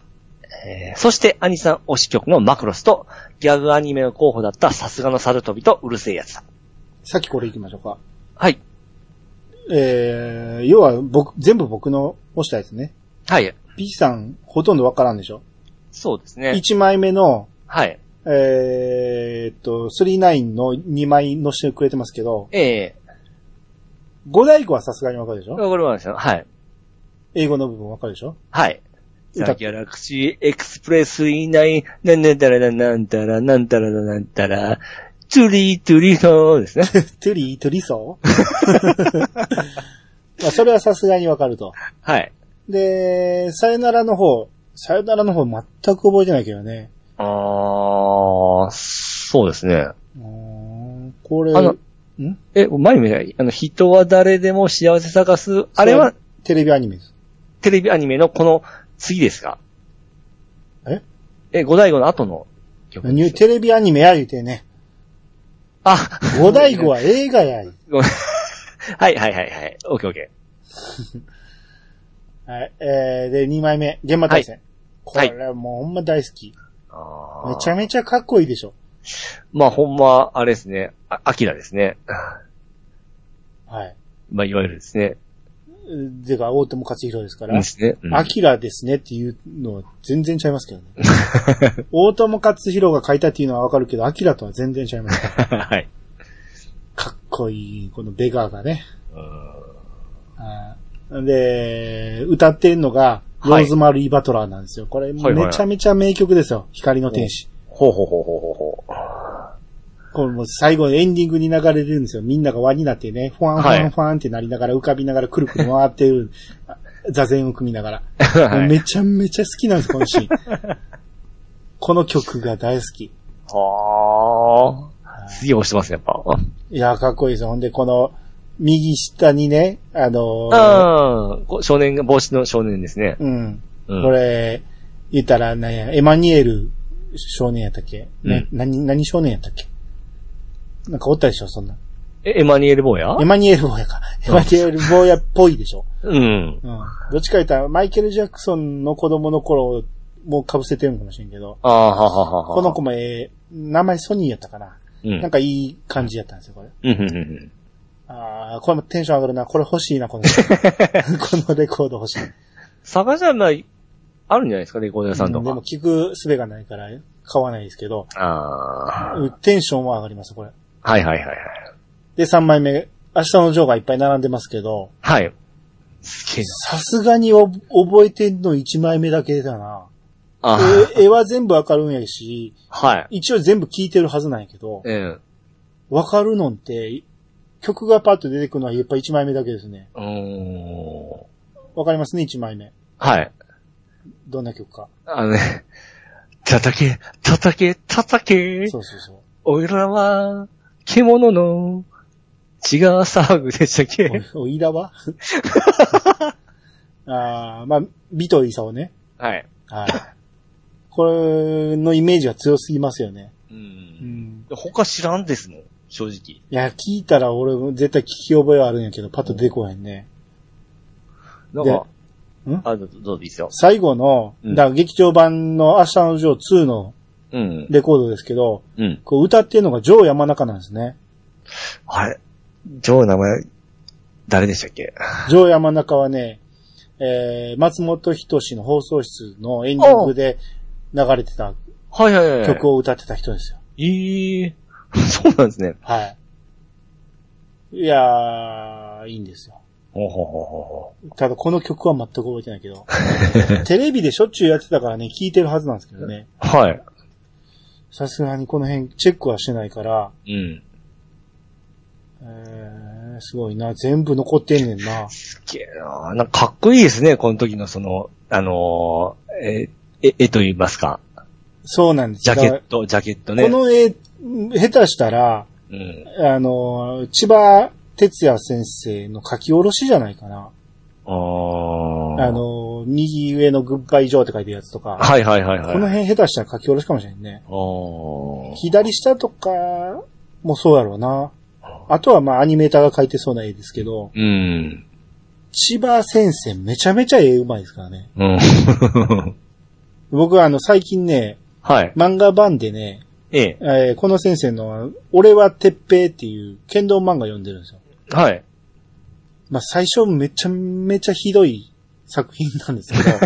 S4: えー、そして、アニさん推し曲のマクロスと、ギャグアニメの候補だったさすがの猿飛びとうるせえやつだ。
S3: さっきこれ行きましょうか。
S4: はい。
S3: えー、要は僕、全部僕の押したやつね。
S4: はい。
S3: P さん、ほとんどわからんでしょ
S4: そうですね。
S3: ?1 枚目の、
S4: はい。
S3: えーっと、39の2枚載せてくれてますけど、
S4: ええ
S3: 五大語はさすがにわかるでしょ
S4: これはですよ。はい。
S3: 英語の部分わかるでしょ
S4: はい。
S3: 歌
S4: さギャラクシーエクスプレスいない、なんなんたらなんなんたらなんたらなんたら、トゥリートゥリートーですね。
S3: トゥリー、トゥリソーまあ、それはさすがにわかると。
S4: (laughs) はい。
S3: で、さよならの方、さよならの方全く覚えてないけどね。
S4: あー、そうですね。
S3: うーんこれ、
S4: あの
S3: ん
S4: え、前見ないあの、人は誰でも幸せ探す。あれは
S3: テレビアニメです。
S4: テレビアニメのこの次ですか
S3: え
S4: え、五大五の後の曲
S3: ニ
S4: で
S3: ュ
S4: すよ。
S3: テレビアニメや言うてね。
S4: あ、
S3: 五大五は映画やい。
S4: (laughs) ごめん。はいはいはいはい。オッケーオッケ
S3: はい。えー、で、2枚目、現場対戦。
S4: はい
S3: これもうほんま大好き。
S4: ー。あー
S3: めちゃめちゃかっこいいでしょ。
S4: まあほんま、あれですね。あ、アキラですね。
S3: はい。
S4: まあいわゆるですね。
S3: でか、大友克洋ですか
S4: うん
S3: ら
S4: で。すね。うん
S3: アキラですねっていうのは全然ちゃいますけどね。
S4: (laughs)
S3: 大友克洋が書いたっていうのはわかるけど、アキラとは全然ちゃいます。
S4: (laughs) はい。
S3: かっこいい、このベガーがね。
S4: うん
S3: あーで、歌ってんのが、ロ
S4: はい
S3: ーズマリー・バトラーなんですよ。こ
S4: は
S3: れ、
S4: いはい
S3: めちゃめちゃ名曲ですよ。光の天使。
S4: ほうほうほうほうほうほう。
S3: これもう最後のエンディングに流れるんですよ。みんなが輪になってね、ファンファンファンってなりながら、浮かびながら、くるくる回ってる、あ座禅を組みながら。もう
S4: はい
S3: めちゃめちゃ好きなんです、このシーン。
S4: (laughs)
S3: この曲が大好き。
S4: はあ。すげえ押してますね、やっぱ。
S3: いや、かっこいいですよ。ほんで、この、右下にね、あのー
S4: うん。こ少年が、帽子の少年ですね。
S3: うん。
S4: うん
S3: これ、言ったら、なんや、エマニュエル少年やったっけ、ね何、何少年やったっけなんかおったでしょ、そんな。
S4: え、エマニュエル・ボーヤ
S3: エマニュエル坊やか。エマニュエル坊やっぽいでしょ。
S4: うん。
S3: うん。どっちか言ったら、マイケル・ジャクソンの子供の頃も被せてるのかもしれんけど、
S4: ああ、はははは。
S3: この子もええ、名前ソニーやったかな。
S4: うん。う
S3: なん
S4: ん
S3: かいい感じやったんですよ、これ。
S4: うんうんうん。
S3: ああ、これもテンション上がるな。これ欲しいな、このレコード。このレコード欲しい。
S4: 探じゃない、あるんじゃないですか、レコード屋さんと
S3: うんでも
S4: か。
S3: 聞く術がないから買わないですけど、
S4: ああ。
S3: うんテンションは上がります、これ。
S4: はいはいはいはい。
S3: で、3枚目。明日のジョーがいっぱい並んでますけど、
S4: はい。すげえ
S3: さすがにお覚えてんの1枚目だけだな。
S4: な。あ
S3: え絵は全部わかるんやし、
S4: はい。
S3: 一応全部聞いてるはずなんやけど、
S4: うん。
S3: わかるのんて、曲がパッと出てくるのはやっぱ1枚目だけですね。
S4: うーん。
S3: わかりますね、1枚目。
S4: はい。
S3: どんな曲か。
S4: あのね、叩け、叩け、叩け、
S3: そうそうそう。
S4: おいらは、獣の血が騒ぐでしたっけ
S3: おおいらは (laughs) ああ、まあ、美とさをね。
S4: はい。
S3: はい。これのイメージは強すぎますよね。
S4: う。
S3: うんん。
S4: 他知らんですもん、正直。
S3: いや、聞いたら俺も絶対聞き覚えはあるんやけど、パッと出てこへんね。
S4: なんか、
S3: ん
S4: あ、どどうでいいですよ。
S3: 最後の、
S4: うん
S3: だから劇場版の明日のジョー2の
S4: うん。
S3: レコードですけど、
S4: うん。
S3: こう歌ってるのがジョー山中なんですね。
S4: あれ、ジョーの名前、誰でしたっけ
S3: ジョー山中はね、えー、松本人志の放送室のエンディングで流れてた
S4: はいはいはい。
S3: 曲を歌ってた人ですよ。
S4: ええ (laughs) そうなんですね。
S3: はい。いやー、いいんですよ。
S4: ほうほうほうほ
S3: ただこの曲は全く覚えてないけ
S4: (laughs)
S3: ど。テレビでしょっちゅうやってたからね、聞いてるはずなんですけどね。
S4: う。はい。
S3: さすがにこの辺チェックはしてないから、
S4: うん。
S3: えー、すごいな。全部残ってんねんな。
S4: すっげえななんかかっこいいですね、この時のその、あのーえー、え、絵と言いますか。
S3: そうなんです
S4: ジャケ
S3: だ
S4: ッ
S3: か
S4: ト、ジャケット
S3: ら
S4: ね。
S3: この絵、下手したら、
S4: うん。
S3: あの、千葉哲也先生の書き下ろしじゃないかな。
S4: あー
S3: あ、の、右上のグッバイジョーって書いてるやつとか。
S4: はいはいはいはい。
S3: この辺下手したら書き下ろしかもしれんね。
S4: 辺
S3: 左下とかもそうやろうな。あとはまあアニメーターが描いてそうな絵ですけど、
S4: うん。
S3: 千葉先生めちゃめちゃ絵うまいですからね。
S4: うん。 (laughs)
S3: 僕はあの最近ね、
S4: はい。
S3: 漫画版でね、
S4: ええ。
S3: えーこの先生の俺は鉄平っていう剣道漫画読んでるんですよ。
S4: はい。
S3: まあ最初めちゃめちゃひどい作品なんですけど、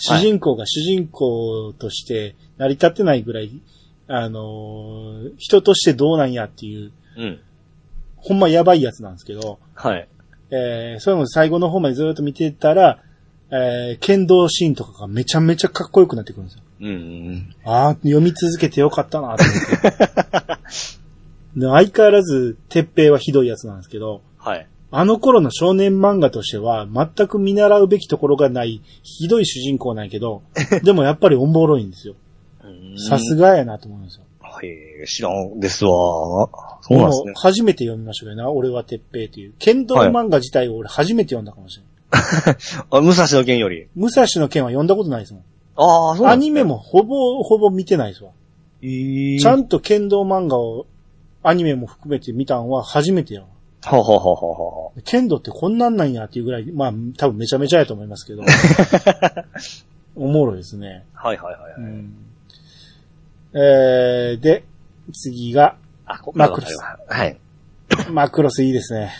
S3: 主人公が主人公として成り立ってないぐらい、あのー人としてどうなんやっていう、
S4: うん。
S3: ほんまやばいやつなんですけど、
S4: はい。
S3: えー、それも最後の方までずっと見てたら、えー、剣道シーンとかがめちゃめちゃかっこよくなってくるんですよ。
S4: うん。
S3: ああ、読み続けてよかったなと思って。で相変わらず、鉄平はひどいやつなんですけど、
S4: はい。
S3: あの頃の少年漫画としては、全く見習うべきところがない、ひどい主人公なんや
S4: (laughs)
S3: けど、でもやっぱりおもろいんですよ。さす
S4: が。
S3: がやなと思うんですよ。
S4: へえ、知らんですわ。そうなんですね
S3: も。初めて読みましたけどな、俺は鉄平っていう。剣道漫画自体を俺初めて読んだかもしれない。
S4: あ、武蔵の剣より。
S3: 武蔵の剣は読んだことないですもん。
S4: ああ、そう
S3: ア
S4: なんですね
S3: ニメ。もほぼほぼ見てないですわ。
S4: えー
S3: ちゃんと剣道漫画を、アニメも含めて見たんは初めてやわ。
S4: はあはあはあはあは
S3: 剣道ってこんなんなんやっていうぐらい、まあ多分めちゃめちゃやと思います
S4: (laughs)
S3: けど。おもろいですね。
S4: あはいはいはいは
S3: う
S4: い。
S3: んえー、で、次が、 (clears throat)
S4: あ、ここから
S3: マクロス
S4: わかりましたはい。
S3: マクロスいいですね。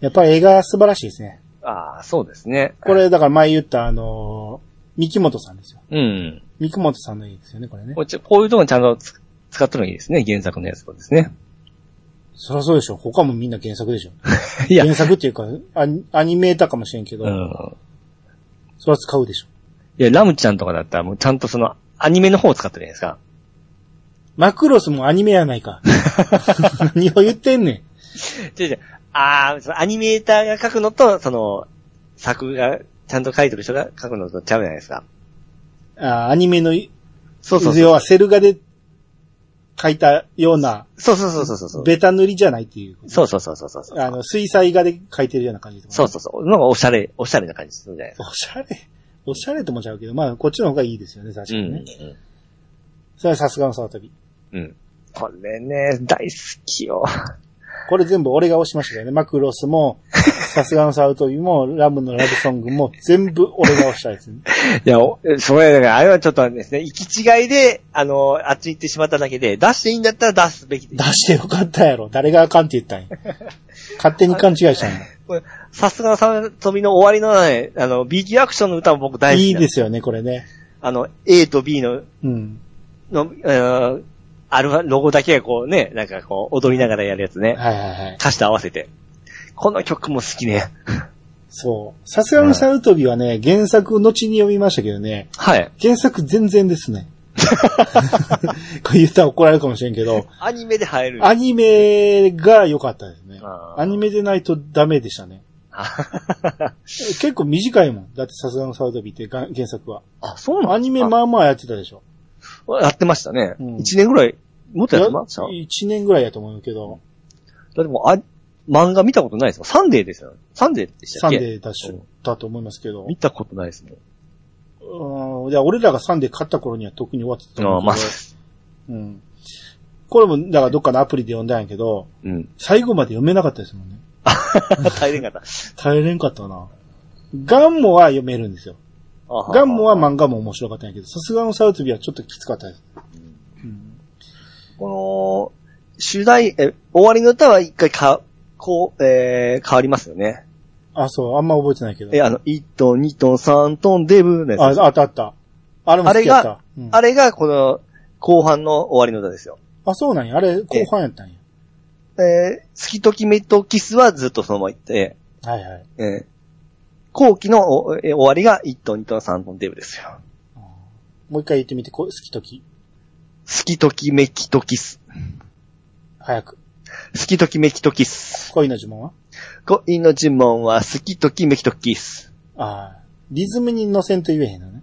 S3: やっぱ映画素晴らしいですね。
S4: ああ、そうですね。
S3: こ。れだから前言ったあのー三木本さんですよ。
S4: うん。
S3: 三木本さんの絵ですよね、これね
S4: こ。っちこういうとこにちゃんとつ使ってるのいいですね。原作のやつとかですね。 (laughs)
S3: そりゃそうでしょ。他もみんな原作でしょ。
S4: いや、
S3: 原作っていうか、アニアニメーターかもしれんけど、
S4: うん。
S3: それは使うでしょ。
S4: いや、ラムちゃんとかだったらもうちゃんとその、アニメの方を使ってるじゃない
S3: マクロスもアニメやな
S4: (laughs)
S3: いか。 (laughs) 何を言ってんねん。
S4: ですか。違う違う。ああ、そのアニメーターが書くのと、その、作が、ちゃんと書いてる人が書くのとちゃうじゃないですか。
S3: あアニメの、
S4: そうそうそう。
S3: 要はセル画で描いたような、
S4: そうそうそうそうそう。
S3: ベタ塗りじゃないっていう。
S4: そうそうそうそうそうそう。
S3: あの、水彩画で描いてるような感じってこと
S4: そうそうそう。なんかおしゃれ、おしゃれな感じするじゃないですか。
S3: おしゃれ。おしゃれともちゃうけど、まあ、こっちの方がいいですよね、確か
S4: う
S3: にね。
S4: ん。
S3: それはさすがの沢旅。
S4: うん。これね、大好きよ。
S3: これ全部俺が押しましたよね。マクロ
S4: (laughs)
S3: スも、さすがの沢旅も、ラムのラブソングも、全部俺が押したやつ、ね。
S4: いや、おそれ、だからあれはちょっとですね、行き違いで、あの、あっち行ってしまっただけで、出していいんだったら出すべきで
S3: 出
S4: す。
S3: してよかったやろ。誰があかんって言ったんや。勝手に勘違いしたんや。
S4: これさすがのさとびの終わりのね、あの、B 級アクションの歌も僕大好き。
S3: いいですすよね、これね。
S4: あの、A と B の、
S3: うん。
S4: の、えーアルファ、ロゴだけがこうね、なんかこう、踊りながらやるやつね。
S3: はいはいはい。
S4: 歌詞と合わせて。この曲も好きね。
S3: そう。さすがの沢旅はね、原作後に読みましたけどね、
S4: はい。
S3: 原作全然で
S4: (laughs)
S3: すね。これ言ったら怒られるかもしれんけど、
S4: アニメで入る。
S3: アニメが良かったですね。
S4: あー (laughs)
S3: アニメでないとダメでしたね。結構短いもん。だってさすがのサウダビってが原作は。
S4: あ、そうなの
S3: アニメまあまあやってたでしょ。
S4: あやってましたね。
S3: うん
S4: 一年ぐらい、もっとやってましただ
S3: 1年ぐらいやと思うけど、
S4: ってもう、あ、漫画見たことないですもん。サンデーですよ。サンデーでした
S3: サ
S4: っ
S3: ン
S4: け
S3: デーダッシュだと思いますけど
S4: 見。たことないですもん。
S3: うん。じゃ俺らがサンデー勝った頃には特に終わってたと
S4: あ
S3: 思
S4: あ、
S3: うけど。
S4: まあ、
S3: うん。これも、だからどっかのアプリで読んだんやけど、
S4: (laughs) うん。
S3: 最後まで読めなかったですもんね。
S4: 大変方。
S3: 耐えれんかったな。ガンモは読めるんですよ。ガンモは
S4: まあ、
S3: 漫画も面白かったんやけど、さすがのサウダビはちょっときつかったです。うん
S4: この、主題、え、終わりの歌は一回か、こう、えー、変わりますよね。
S3: あ、そう、あんま覚えてないけど。
S4: え、あの、1トン、2トン、3トン、デブのやつ。
S3: あ、あったあった。あれも好きやった。
S4: あ
S3: うん
S4: あれが、この、後半の終わりの歌ですよ。
S3: あ、そうなんや。あれ、後半やったんや。
S4: えー、好きときめとキスはずっとそのまま行って、
S3: はいはい。
S4: えー、後期のおえー終わりが1トン、2トン、3トン、デブですよ。
S3: もう一回言ってみて、こう好きとき。
S4: 好きときめきとキス。
S3: 早く。
S4: 好きときめきとキス。
S3: 恋の呪文は
S4: 恋の呪文は好きときめきとキス。
S3: ああ。リズムに乗せんと言えへんの
S4: (laughs)
S3: ね。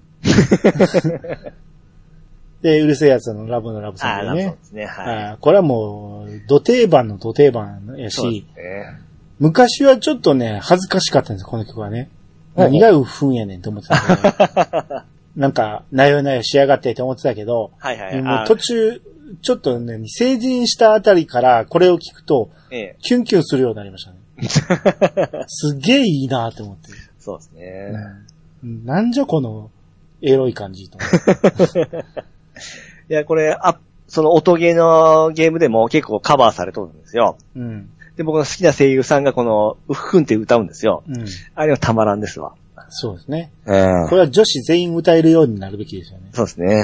S3: で、うるせえやつのラブのラブソング
S4: あ
S3: ね。
S4: そうですね。はい。
S3: ああこれはもう、土定番の土定番や
S4: そう
S3: し、
S4: ですね。
S3: 昔はちょっとね、恥ずかしかったんですこの曲はね。
S4: ほうほう
S3: 何がうふんやねんと思ってたけどね、
S4: (laughs)
S3: なんか、なよなよしやがってと思ってたけど、
S4: はいはい。
S3: も
S4: あ
S3: う途中、ちょっとね、成人したあたりからこれを聞くと、
S4: ええ。
S3: キュンキュンするようになりましたね。
S4: (laughs)
S3: すげえいいなと思って。
S4: そうですね。
S3: なんじゃこの、エロい感
S4: (laughs)
S3: じと思って。
S4: いや、これ、あ、その音ゲーのゲームでも結構カバーされとるんですよ。
S3: うん。
S4: で、僕の好きな声優さんがこの、うっふんって歌うんですよ。
S3: うん。
S4: あれはたまらんですわ。
S3: そうですね。
S4: ええ
S3: これは女子全員歌えるようになるべきですよね。
S4: そうですね。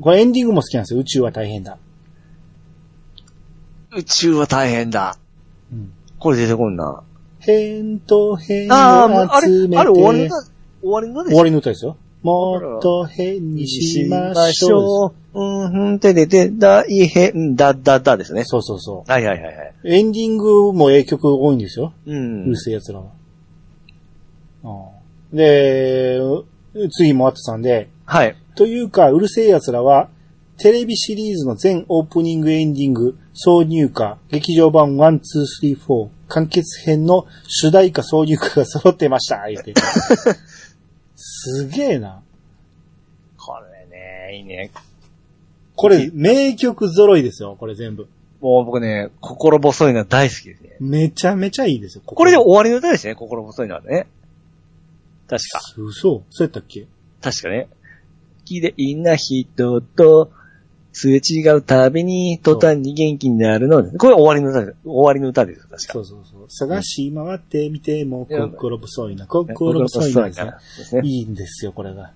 S3: これエンディングも好きなんですよ。宇宙は大変だ。
S4: 宇宙は大変だ。
S3: うん。
S4: これ出てこんな。
S3: 変と変
S4: ああ、もう
S3: を
S4: あれ、
S3: 集め
S4: あれ終わり
S3: て
S4: の、、終わりので
S3: 終わりの歌ですよ。もっと変にしましょう。
S4: う。うん、うん、てでて、大変、だ、だ、だですね。
S3: そうそうそ
S4: はいはいはいはい。
S3: う。エンディングもええ曲多いんですよ。
S4: うん。
S3: うるせえ奴らは。うんで、次もあってたんで、
S4: はい。
S3: というか、うるせえ奴らは、テレビシリーズの全オープニングエンディング、挿入歌、劇場版1,2,3,4、完結編の主題歌挿入歌が揃ってました、言って。すげえな。
S4: これね、いいね。
S3: これ、名曲揃いですよ、これ全部。
S4: もう僕ね、心細いのは大好きですね。
S3: めちゃめちゃいいですよ。こ
S4: これで終わりの歌ですね、心細いのはね。確か。
S3: 嘘そうやったっけ
S4: 確かね。綺麗な人と、すれ違うたびに、途端に元気になるのね。これ終わりの歌です。終わりの歌ですよ、確か
S3: そ。うそうそう。探し回ってみても、
S4: うん
S3: 心細いな、心細いなです
S4: そ
S3: ね。
S4: うですね。
S3: いいんですよ、これが。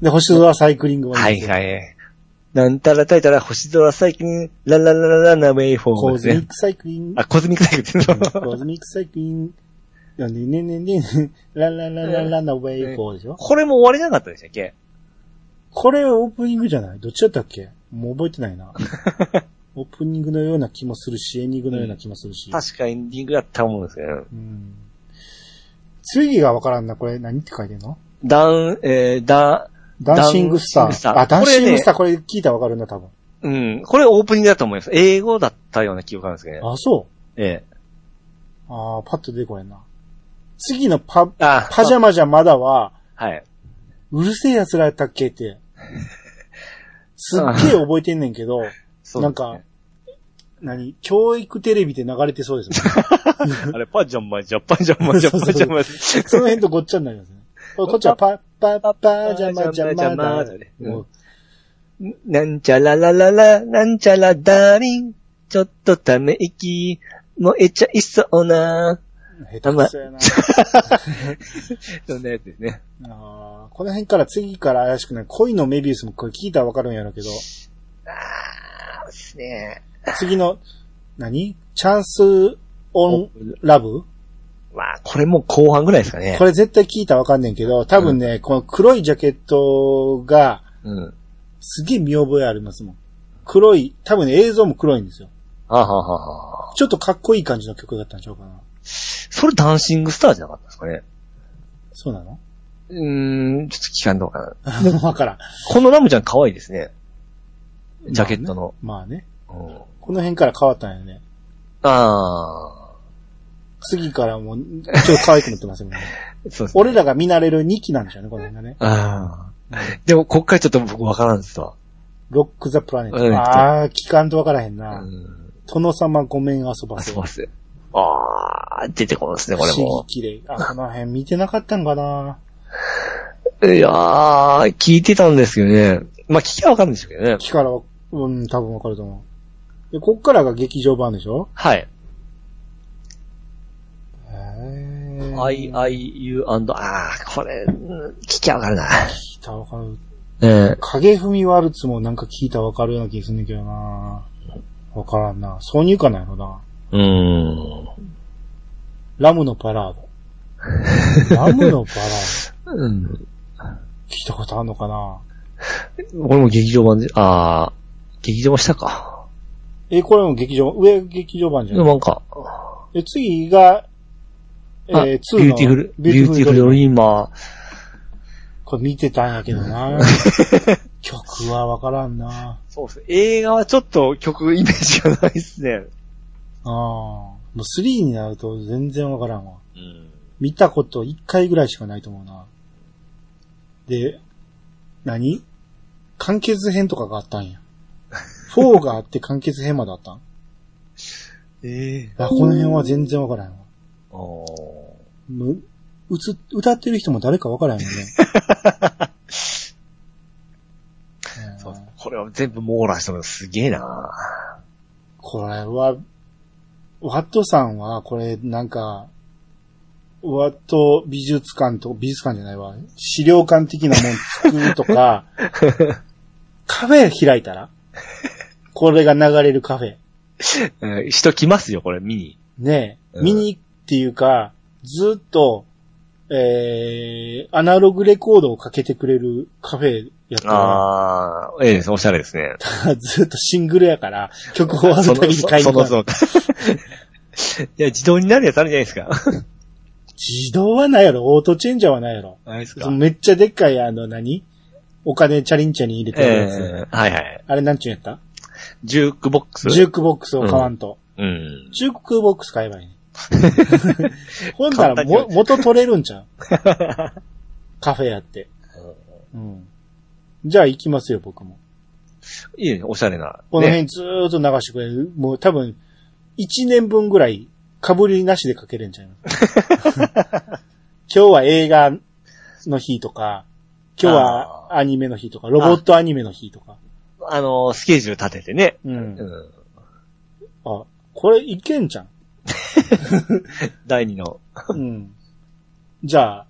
S3: で、星空サイクリングもいいん
S4: はい
S3: ですよ
S4: はい。なんたらたいたら星空最近、ラララララナウェイフォー
S3: コ
S4: ムで
S3: ズ
S4: す
S3: ミ
S4: ね
S3: ッ。クサイクリング
S4: あ、。コズミックサイクルっていうの
S3: コズミックサイクリング。なんでねねねね、ラララララナウェイフォーでしょ
S4: これも終わりなかったでしたっけ
S3: これオープニングじゃないどっちだったっけもう覚えてな
S4: (laughs)
S3: いな。オープニングのような気もするし、エンディングのような気もするし。
S4: 確かエンディングだったと思うんですけど。
S3: うん。次がわからんな、これ何って書いてんの
S4: ダウン、えー、ダ
S3: ダンシングスタ
S4: ダンシングスタ
S3: ー。
S4: ー
S3: あ、ダンシングスターこれ聞いたらわかるな、多分。
S4: うん。これオープニングだと思います。英語だったような記憶なんですけどね。
S3: あ、そ
S4: え
S3: う。あーパッと出てこれんな。次のパ、
S4: え。あ、
S3: パジャマじゃまだは、
S4: はい。
S3: うるせえ奴らやったっけって。すっげえ覚えてんねんけど、
S4: そうですね
S3: なんか、何教育テレビで流れてそうです (laughs) よね。
S4: あれ、パジャマ、ジャパジャマ、ジャパジャマ。
S3: その辺とごっちゃになりますね。ここっちはパ、パ、パ、パジャマジ
S4: ジャ
S3: ャマだ
S4: マジャマだね。
S3: もう
S4: なんちゃらららら、なんちゃらダーリン。ちょっとため息、燃えちゃいそうな。
S3: 下手くそやな。
S4: そんなやつですね。
S3: あーこの辺から次から怪しくない。恋のメビウスもこれ聞いたらわかるんやろうけど、
S4: あですね。
S3: 次の、何チャンスオンラブ
S4: まあ、これもう後半ぐらいですかね。
S3: これ絶対聞いたらわかんねんけど、多分ね、この黒いジャケットが、
S4: うん。は
S3: すげえ見覚えありますもん。黒い、多分ね、映像も黒いんですよ。
S4: あ、はあはあはあ、
S3: ちょっとかっこいい感じの曲だったんちゃうかな。
S4: それダンシングスターじゃなかったですかね。
S3: そうなの (laughs)
S4: うーん、ちょっと期間どうかな。
S3: もうわからん。
S4: このラムちゃん可愛いですね。ジャケットの。
S3: まあね。
S4: うん、
S3: この辺から変わったんよね。
S4: あ
S3: 次からもう、ちょっと可愛くなってますよね。 (laughs)
S4: あ。そうですね。
S3: 俺らが見慣れる2期なんでしょうね、この辺がね。
S4: ああ。でも、こっからちょっと僕わからんですわ。
S3: ロックザプラネッ
S4: うん
S3: ト。あー、聞かんとわからへん
S4: う
S3: な。
S4: ん。
S3: 殿様ごめん遊ば
S4: あ、
S3: せ。
S4: そう
S3: 不
S4: です。ああ、出てこないですね、これ
S3: 思
S4: も
S3: 議。綺麗。あ、この辺見てなかったんかな。
S4: いやー、聞いてたんですけどね。まあ、聞きゃわかるんでしょうけどね。
S3: 木からは、うん、多分わかると思う。で、こっからが劇場版でしょ
S4: はい。
S3: へー
S4: I, I, U, and, ああ、これ、うん聞きゃわかるな。
S3: 聞いたらわかる。
S4: ええ
S3: 影踏みワルツもなんか聞いたらわかるような気がするんだけどなわからんな。挿入歌なんやろな。
S4: うー
S3: ラムのパラー
S4: (laughs)
S3: ド。ラムのパラー
S4: ん。
S3: ド。聞いたことあんのかな
S4: これも劇場版で、ああ、劇場版したか。
S3: え、これも劇場、上劇場版じゃない
S4: なんか、
S3: え、次が、え
S4: あ
S3: ー、2
S4: ビュ
S3: の
S4: ーティフル、
S3: ビ
S4: ビ
S3: ュー
S4: ュー
S3: ティ
S4: ティフ
S3: フル
S4: ル
S3: ド
S4: ド
S3: リー
S4: リー
S3: ム
S4: マ
S3: これ見てたんやけ
S4: (laughs)
S3: どな曲はわからんな
S4: そうですね。映画はちょっと曲イメージがないですね。
S3: あーもう3になると全然わからんわ。
S4: うん。
S3: 見たこと一回ぐらいしかないと思うな。で、何完結編とかがあったんや。4があって完結編まであ
S4: (laughs)
S3: ったん
S4: ええ
S3: あこの辺は全然わからんわ。
S4: あー
S3: む、うつ、歌ってる人も誰かわか
S4: (laughs)
S3: らんよね。
S4: そうです
S3: うん
S4: ねこれは全部網羅したのすげえな
S3: これは、ワットさんは、これ、なんか、ワット美術館と、美術館じゃないわ、資料館的なもん作ると
S4: (laughs)
S3: か、カフェ開いたらこれが流れるカフェ。
S4: えー人来ますよ、これ、見に。
S3: ねえ、
S4: うん
S3: 見にっていうか、ずっと、えー、アナログレコードをかけてくれるカフェやったら、
S4: あー、ええですね、おしゃれですね。
S3: ずっとシングルやから、曲終わ
S4: そ
S3: る
S4: の
S3: たびに買い
S4: そ
S3: に行
S4: の
S3: く。
S4: そうか。 (laughs) いや、自動になるやつあるじゃないですか。
S3: 自動はないやろ、オートチェンジャーはないやろ。
S4: ないです
S3: そのめっちゃでっかい、あの何、お金チャリンチャリン入れてる
S4: え
S3: やつ。
S4: えはいはい。
S3: あれなんちゅうんやった
S4: ジュークボックス。
S3: ジュークボックスを買わんと。
S4: うん。
S3: ジュークボックス買
S4: (laughs)
S3: えばいいね。ほんな
S4: 簡単
S3: ら
S4: に言わ
S3: も
S4: れ、て
S3: 元取れるん
S4: (laughs)
S3: ちゃうカフェやって。うん。じゃあ行きますよ、僕も。
S4: いいね、おしゃれな。
S3: この
S4: ね
S3: 辺ずーっと流してくれる。もう多分、1年分ぐらい、かぶりなしでかけれんちゃいます。
S4: (laughs)
S3: 今日は映画の日とか、今日はアニメの日とか、ロボットアニメの日とか。
S4: あの、スケジュール立ててね。
S3: うん。
S4: うん。
S3: あ、これいけんじゃん。
S4: 第二の。
S3: うん。じゃあ、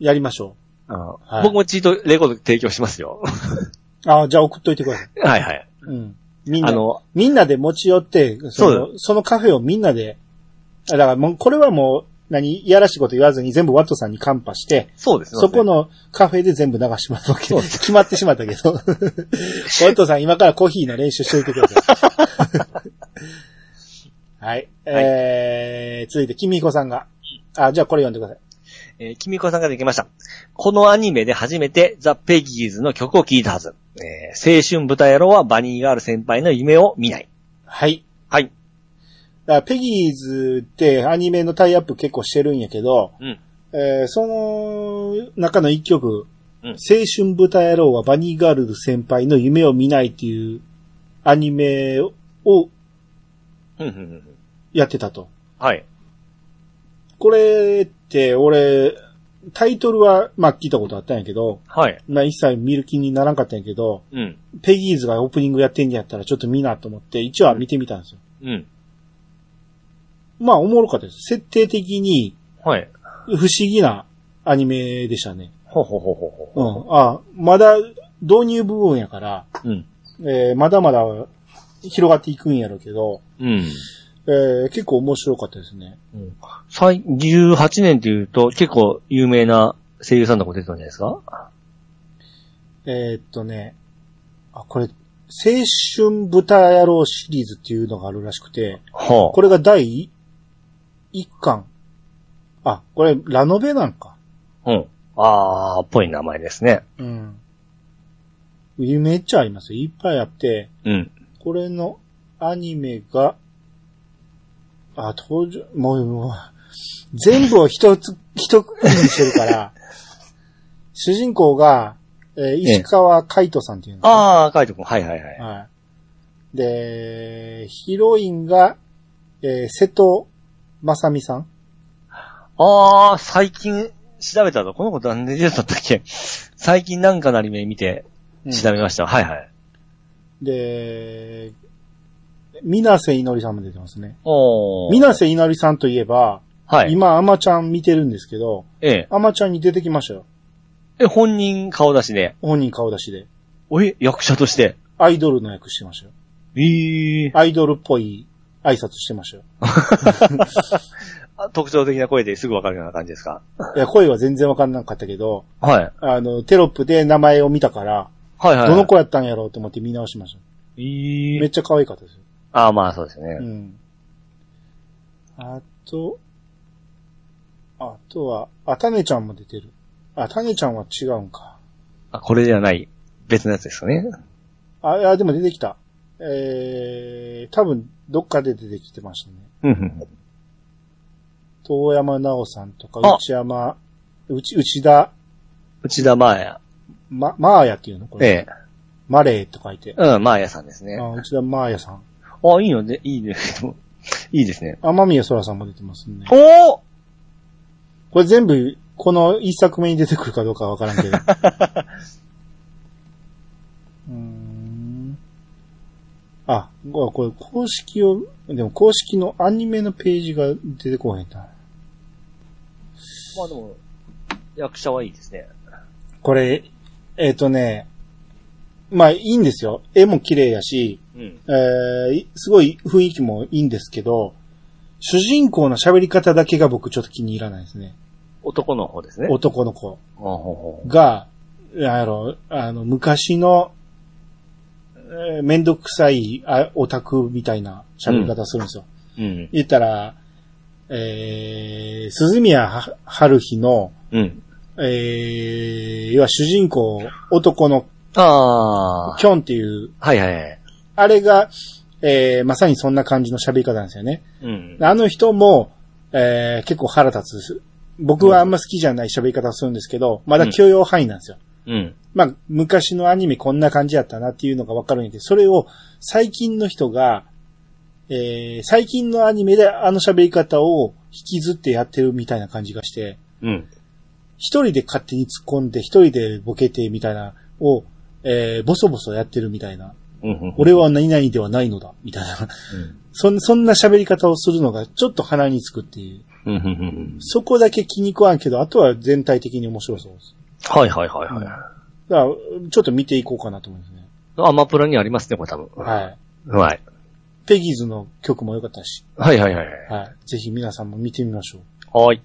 S3: やりましょ
S4: あ
S3: はい
S4: 僕もチートレコード提供しますよ。 (laughs)
S3: う。あじゃあ送っといてください。
S4: はいはい。
S3: うん。みん
S4: あ
S3: な、
S4: の、
S3: みんなで持ち寄って、そ
S4: そう
S3: のそのカフェをみんなで、あだからもう、これはもう、何、いやらしいこと言わずに全部ワットさんにカンパして、
S4: そうです
S3: そこ
S4: の。
S3: のカフェで全部流しますわけ。決まってしまったけ (laughs) ど。ワットさん、今からコーヒーの練習しておいてくださ (laughs) い。はい。えー、続いて、君彦さんが。あ、じゃあこれ読んでください。
S4: えー、君子さんができました。このアニメで初めてザ・ペギーズの曲を聴いたはず。えー青春豚野郎はバニーガール先輩の夢を見ない。
S3: はい。
S4: はい。
S3: だからペギーズってアニメのタイアップ結構してるんやけど、
S4: うん
S3: えーその中の一曲、
S4: うん
S3: 青春豚野郎はバニーガールズ先輩の夢を見ないっていうアニメを
S4: うんうんうん
S3: やってたと。
S4: はい。
S3: これって俺、タイトルは、まあ聞いたことあったんやけど、
S4: はい。
S3: まあ一切見る気にならんかったんやけど、
S4: うん。
S3: ペギーズがオープニングやってんやったらちょっと見なと思って、一話見てみたんですよ。
S4: うん。
S3: まあおもろかったです。設定的に、
S4: はい。
S3: 不思議なアニメでしたね。
S4: ほうほうほうほう
S3: う
S4: ほ
S3: ん。あ、まだ導入部分やから、
S4: う。うん。
S3: えーまだまだ広がっていくんやろうけど、
S4: うん。
S3: えー結構面白かったですね。
S4: 最、18年って言うと結構有名な声優さんとか出てたんじゃないですか
S3: えーっとね、あ、これ、青春豚野郎シリーズっていうのがあるらしくて、
S4: は
S3: これが第1巻。あ、これ、ラノベなんか。
S4: あ。うん。あー、っぽい名前ですね。
S3: うん。めっちゃありますよ。いっぱいあって、
S4: うん。
S3: これのアニメが、あ、登場、もう、もう全部を一つ、一組にして
S4: (laughs)
S3: るから、主人公が、えー石川海人さんっていうのか
S4: あー、カイト君。はいはいはい
S3: な、。はい。で、ヒロインが、えー瀬戸正美さん
S4: あー、最近調べたぞ。この子何年出てたんだっけ最近なんかのアニメ見て調べました。はいはい。
S3: で、水瀬いのりさんも出てますね。
S4: おー。
S3: 水瀬いのりさんといえば、
S4: はい。
S3: 今、アマちゃん見てるんですけど、
S4: ええ。
S3: アマちゃんに出てきましたよ。
S4: え、本人顔出しで。
S3: 本人顔出しで。
S4: おえ、役者として。
S3: アイドルの役してましたよ。
S4: ええ。
S3: アイドルっぽい挨拶してましたよ。
S4: あ特徴的な声ですぐわかるような感じですか
S3: いや、声は全然わかんなかったけど、
S4: はい。
S3: あの、テロップで名前を見たから、
S4: はいはい。
S3: どの子やったんやろうと思って見直しました。
S4: え
S3: めっ
S4: え。
S3: ちゃ可愛かったですよ。
S4: あー、まあそうですよね。
S3: うん。あと、あとは、あ、タネちゃんも出てる。あ、タネちゃんは違うんか。
S4: あ、これではない。別のやつですよね。
S3: あ、いや、でも出てきた。えー、多分、どっかで出てきてましたね。
S4: うんうん。
S3: 遠山奈緒さんとか、
S4: あ
S3: 内山、内、内田、
S4: 内田真也。
S3: ま、マーヤっていうのこれ。
S4: ええ。
S3: マレーと書いて。
S4: うん、真也さんですね。
S3: あ内田マーヤさん。
S4: あ、いいので、いいね。 (laughs) いいですね。
S3: 天宮空さんも出てますね。
S4: おー
S3: これ全部、この一作目に出てくるかどうかわからんけど。うーん。あ、ここれ公式を、でも公式のアニメのページが出てこへんな。
S4: まあでも、役者はいいですね。
S3: これ、えっ、とね、まあいいんですよ。絵も綺麗やし、
S4: うん。
S3: えー、すごい雰囲気もいいんですけど、主人公の喋り方だけが僕ちょっと気に入らないですね。
S4: 男の方ですね。
S3: 男の子
S4: ほうほうほう
S3: が、なんやろ、あの、昔の、えーめんどくさいあオタクみたいな喋り方するんですよ。
S4: うん。
S3: 言ったら、えー、鈴宮は春日の、
S4: うん。
S3: えー、要は主人公、男の
S4: ああ。
S3: キョンっていう、
S4: はいはいはい。
S3: あれが、えー、まさにそんな感じの喋り方なんですよね。
S4: うん。
S3: あの人も、えー結構腹立つです。僕はあんま好きじゃない喋り方をするんですけど、まだ許容範囲なんですよ。
S4: うん。
S3: まあ、昔のアニメこんな感じやったなっていうのがわかるんやけど、それを最近の人が、えー最近のアニメであの喋り方を引きずってやってるみたいな感じがして、
S4: うん。
S3: 一人で勝手に突っ込んで、一人でボケてみたいなを、えーボソボソやってるみたいな。
S4: うん。
S3: 俺は何々ではないのだ、みたいな。 (laughs) そんそんな喋り方をするのがちょっと鼻につくっていう。
S4: うん。うん。うんうん。
S3: そこだけ気に食わんけど、あとは全体的に面白そうです。
S4: はいはいはいはい。
S3: だから、ちょっと見ていこうかなと思いますね。
S4: アマプラにありますね、これ多分。い。
S3: はい。
S4: はい。
S3: ペギーズの曲も良かったし、
S4: はいはいはい。
S3: はい。ぜひ皆さんも見てみましょう。
S4: はい。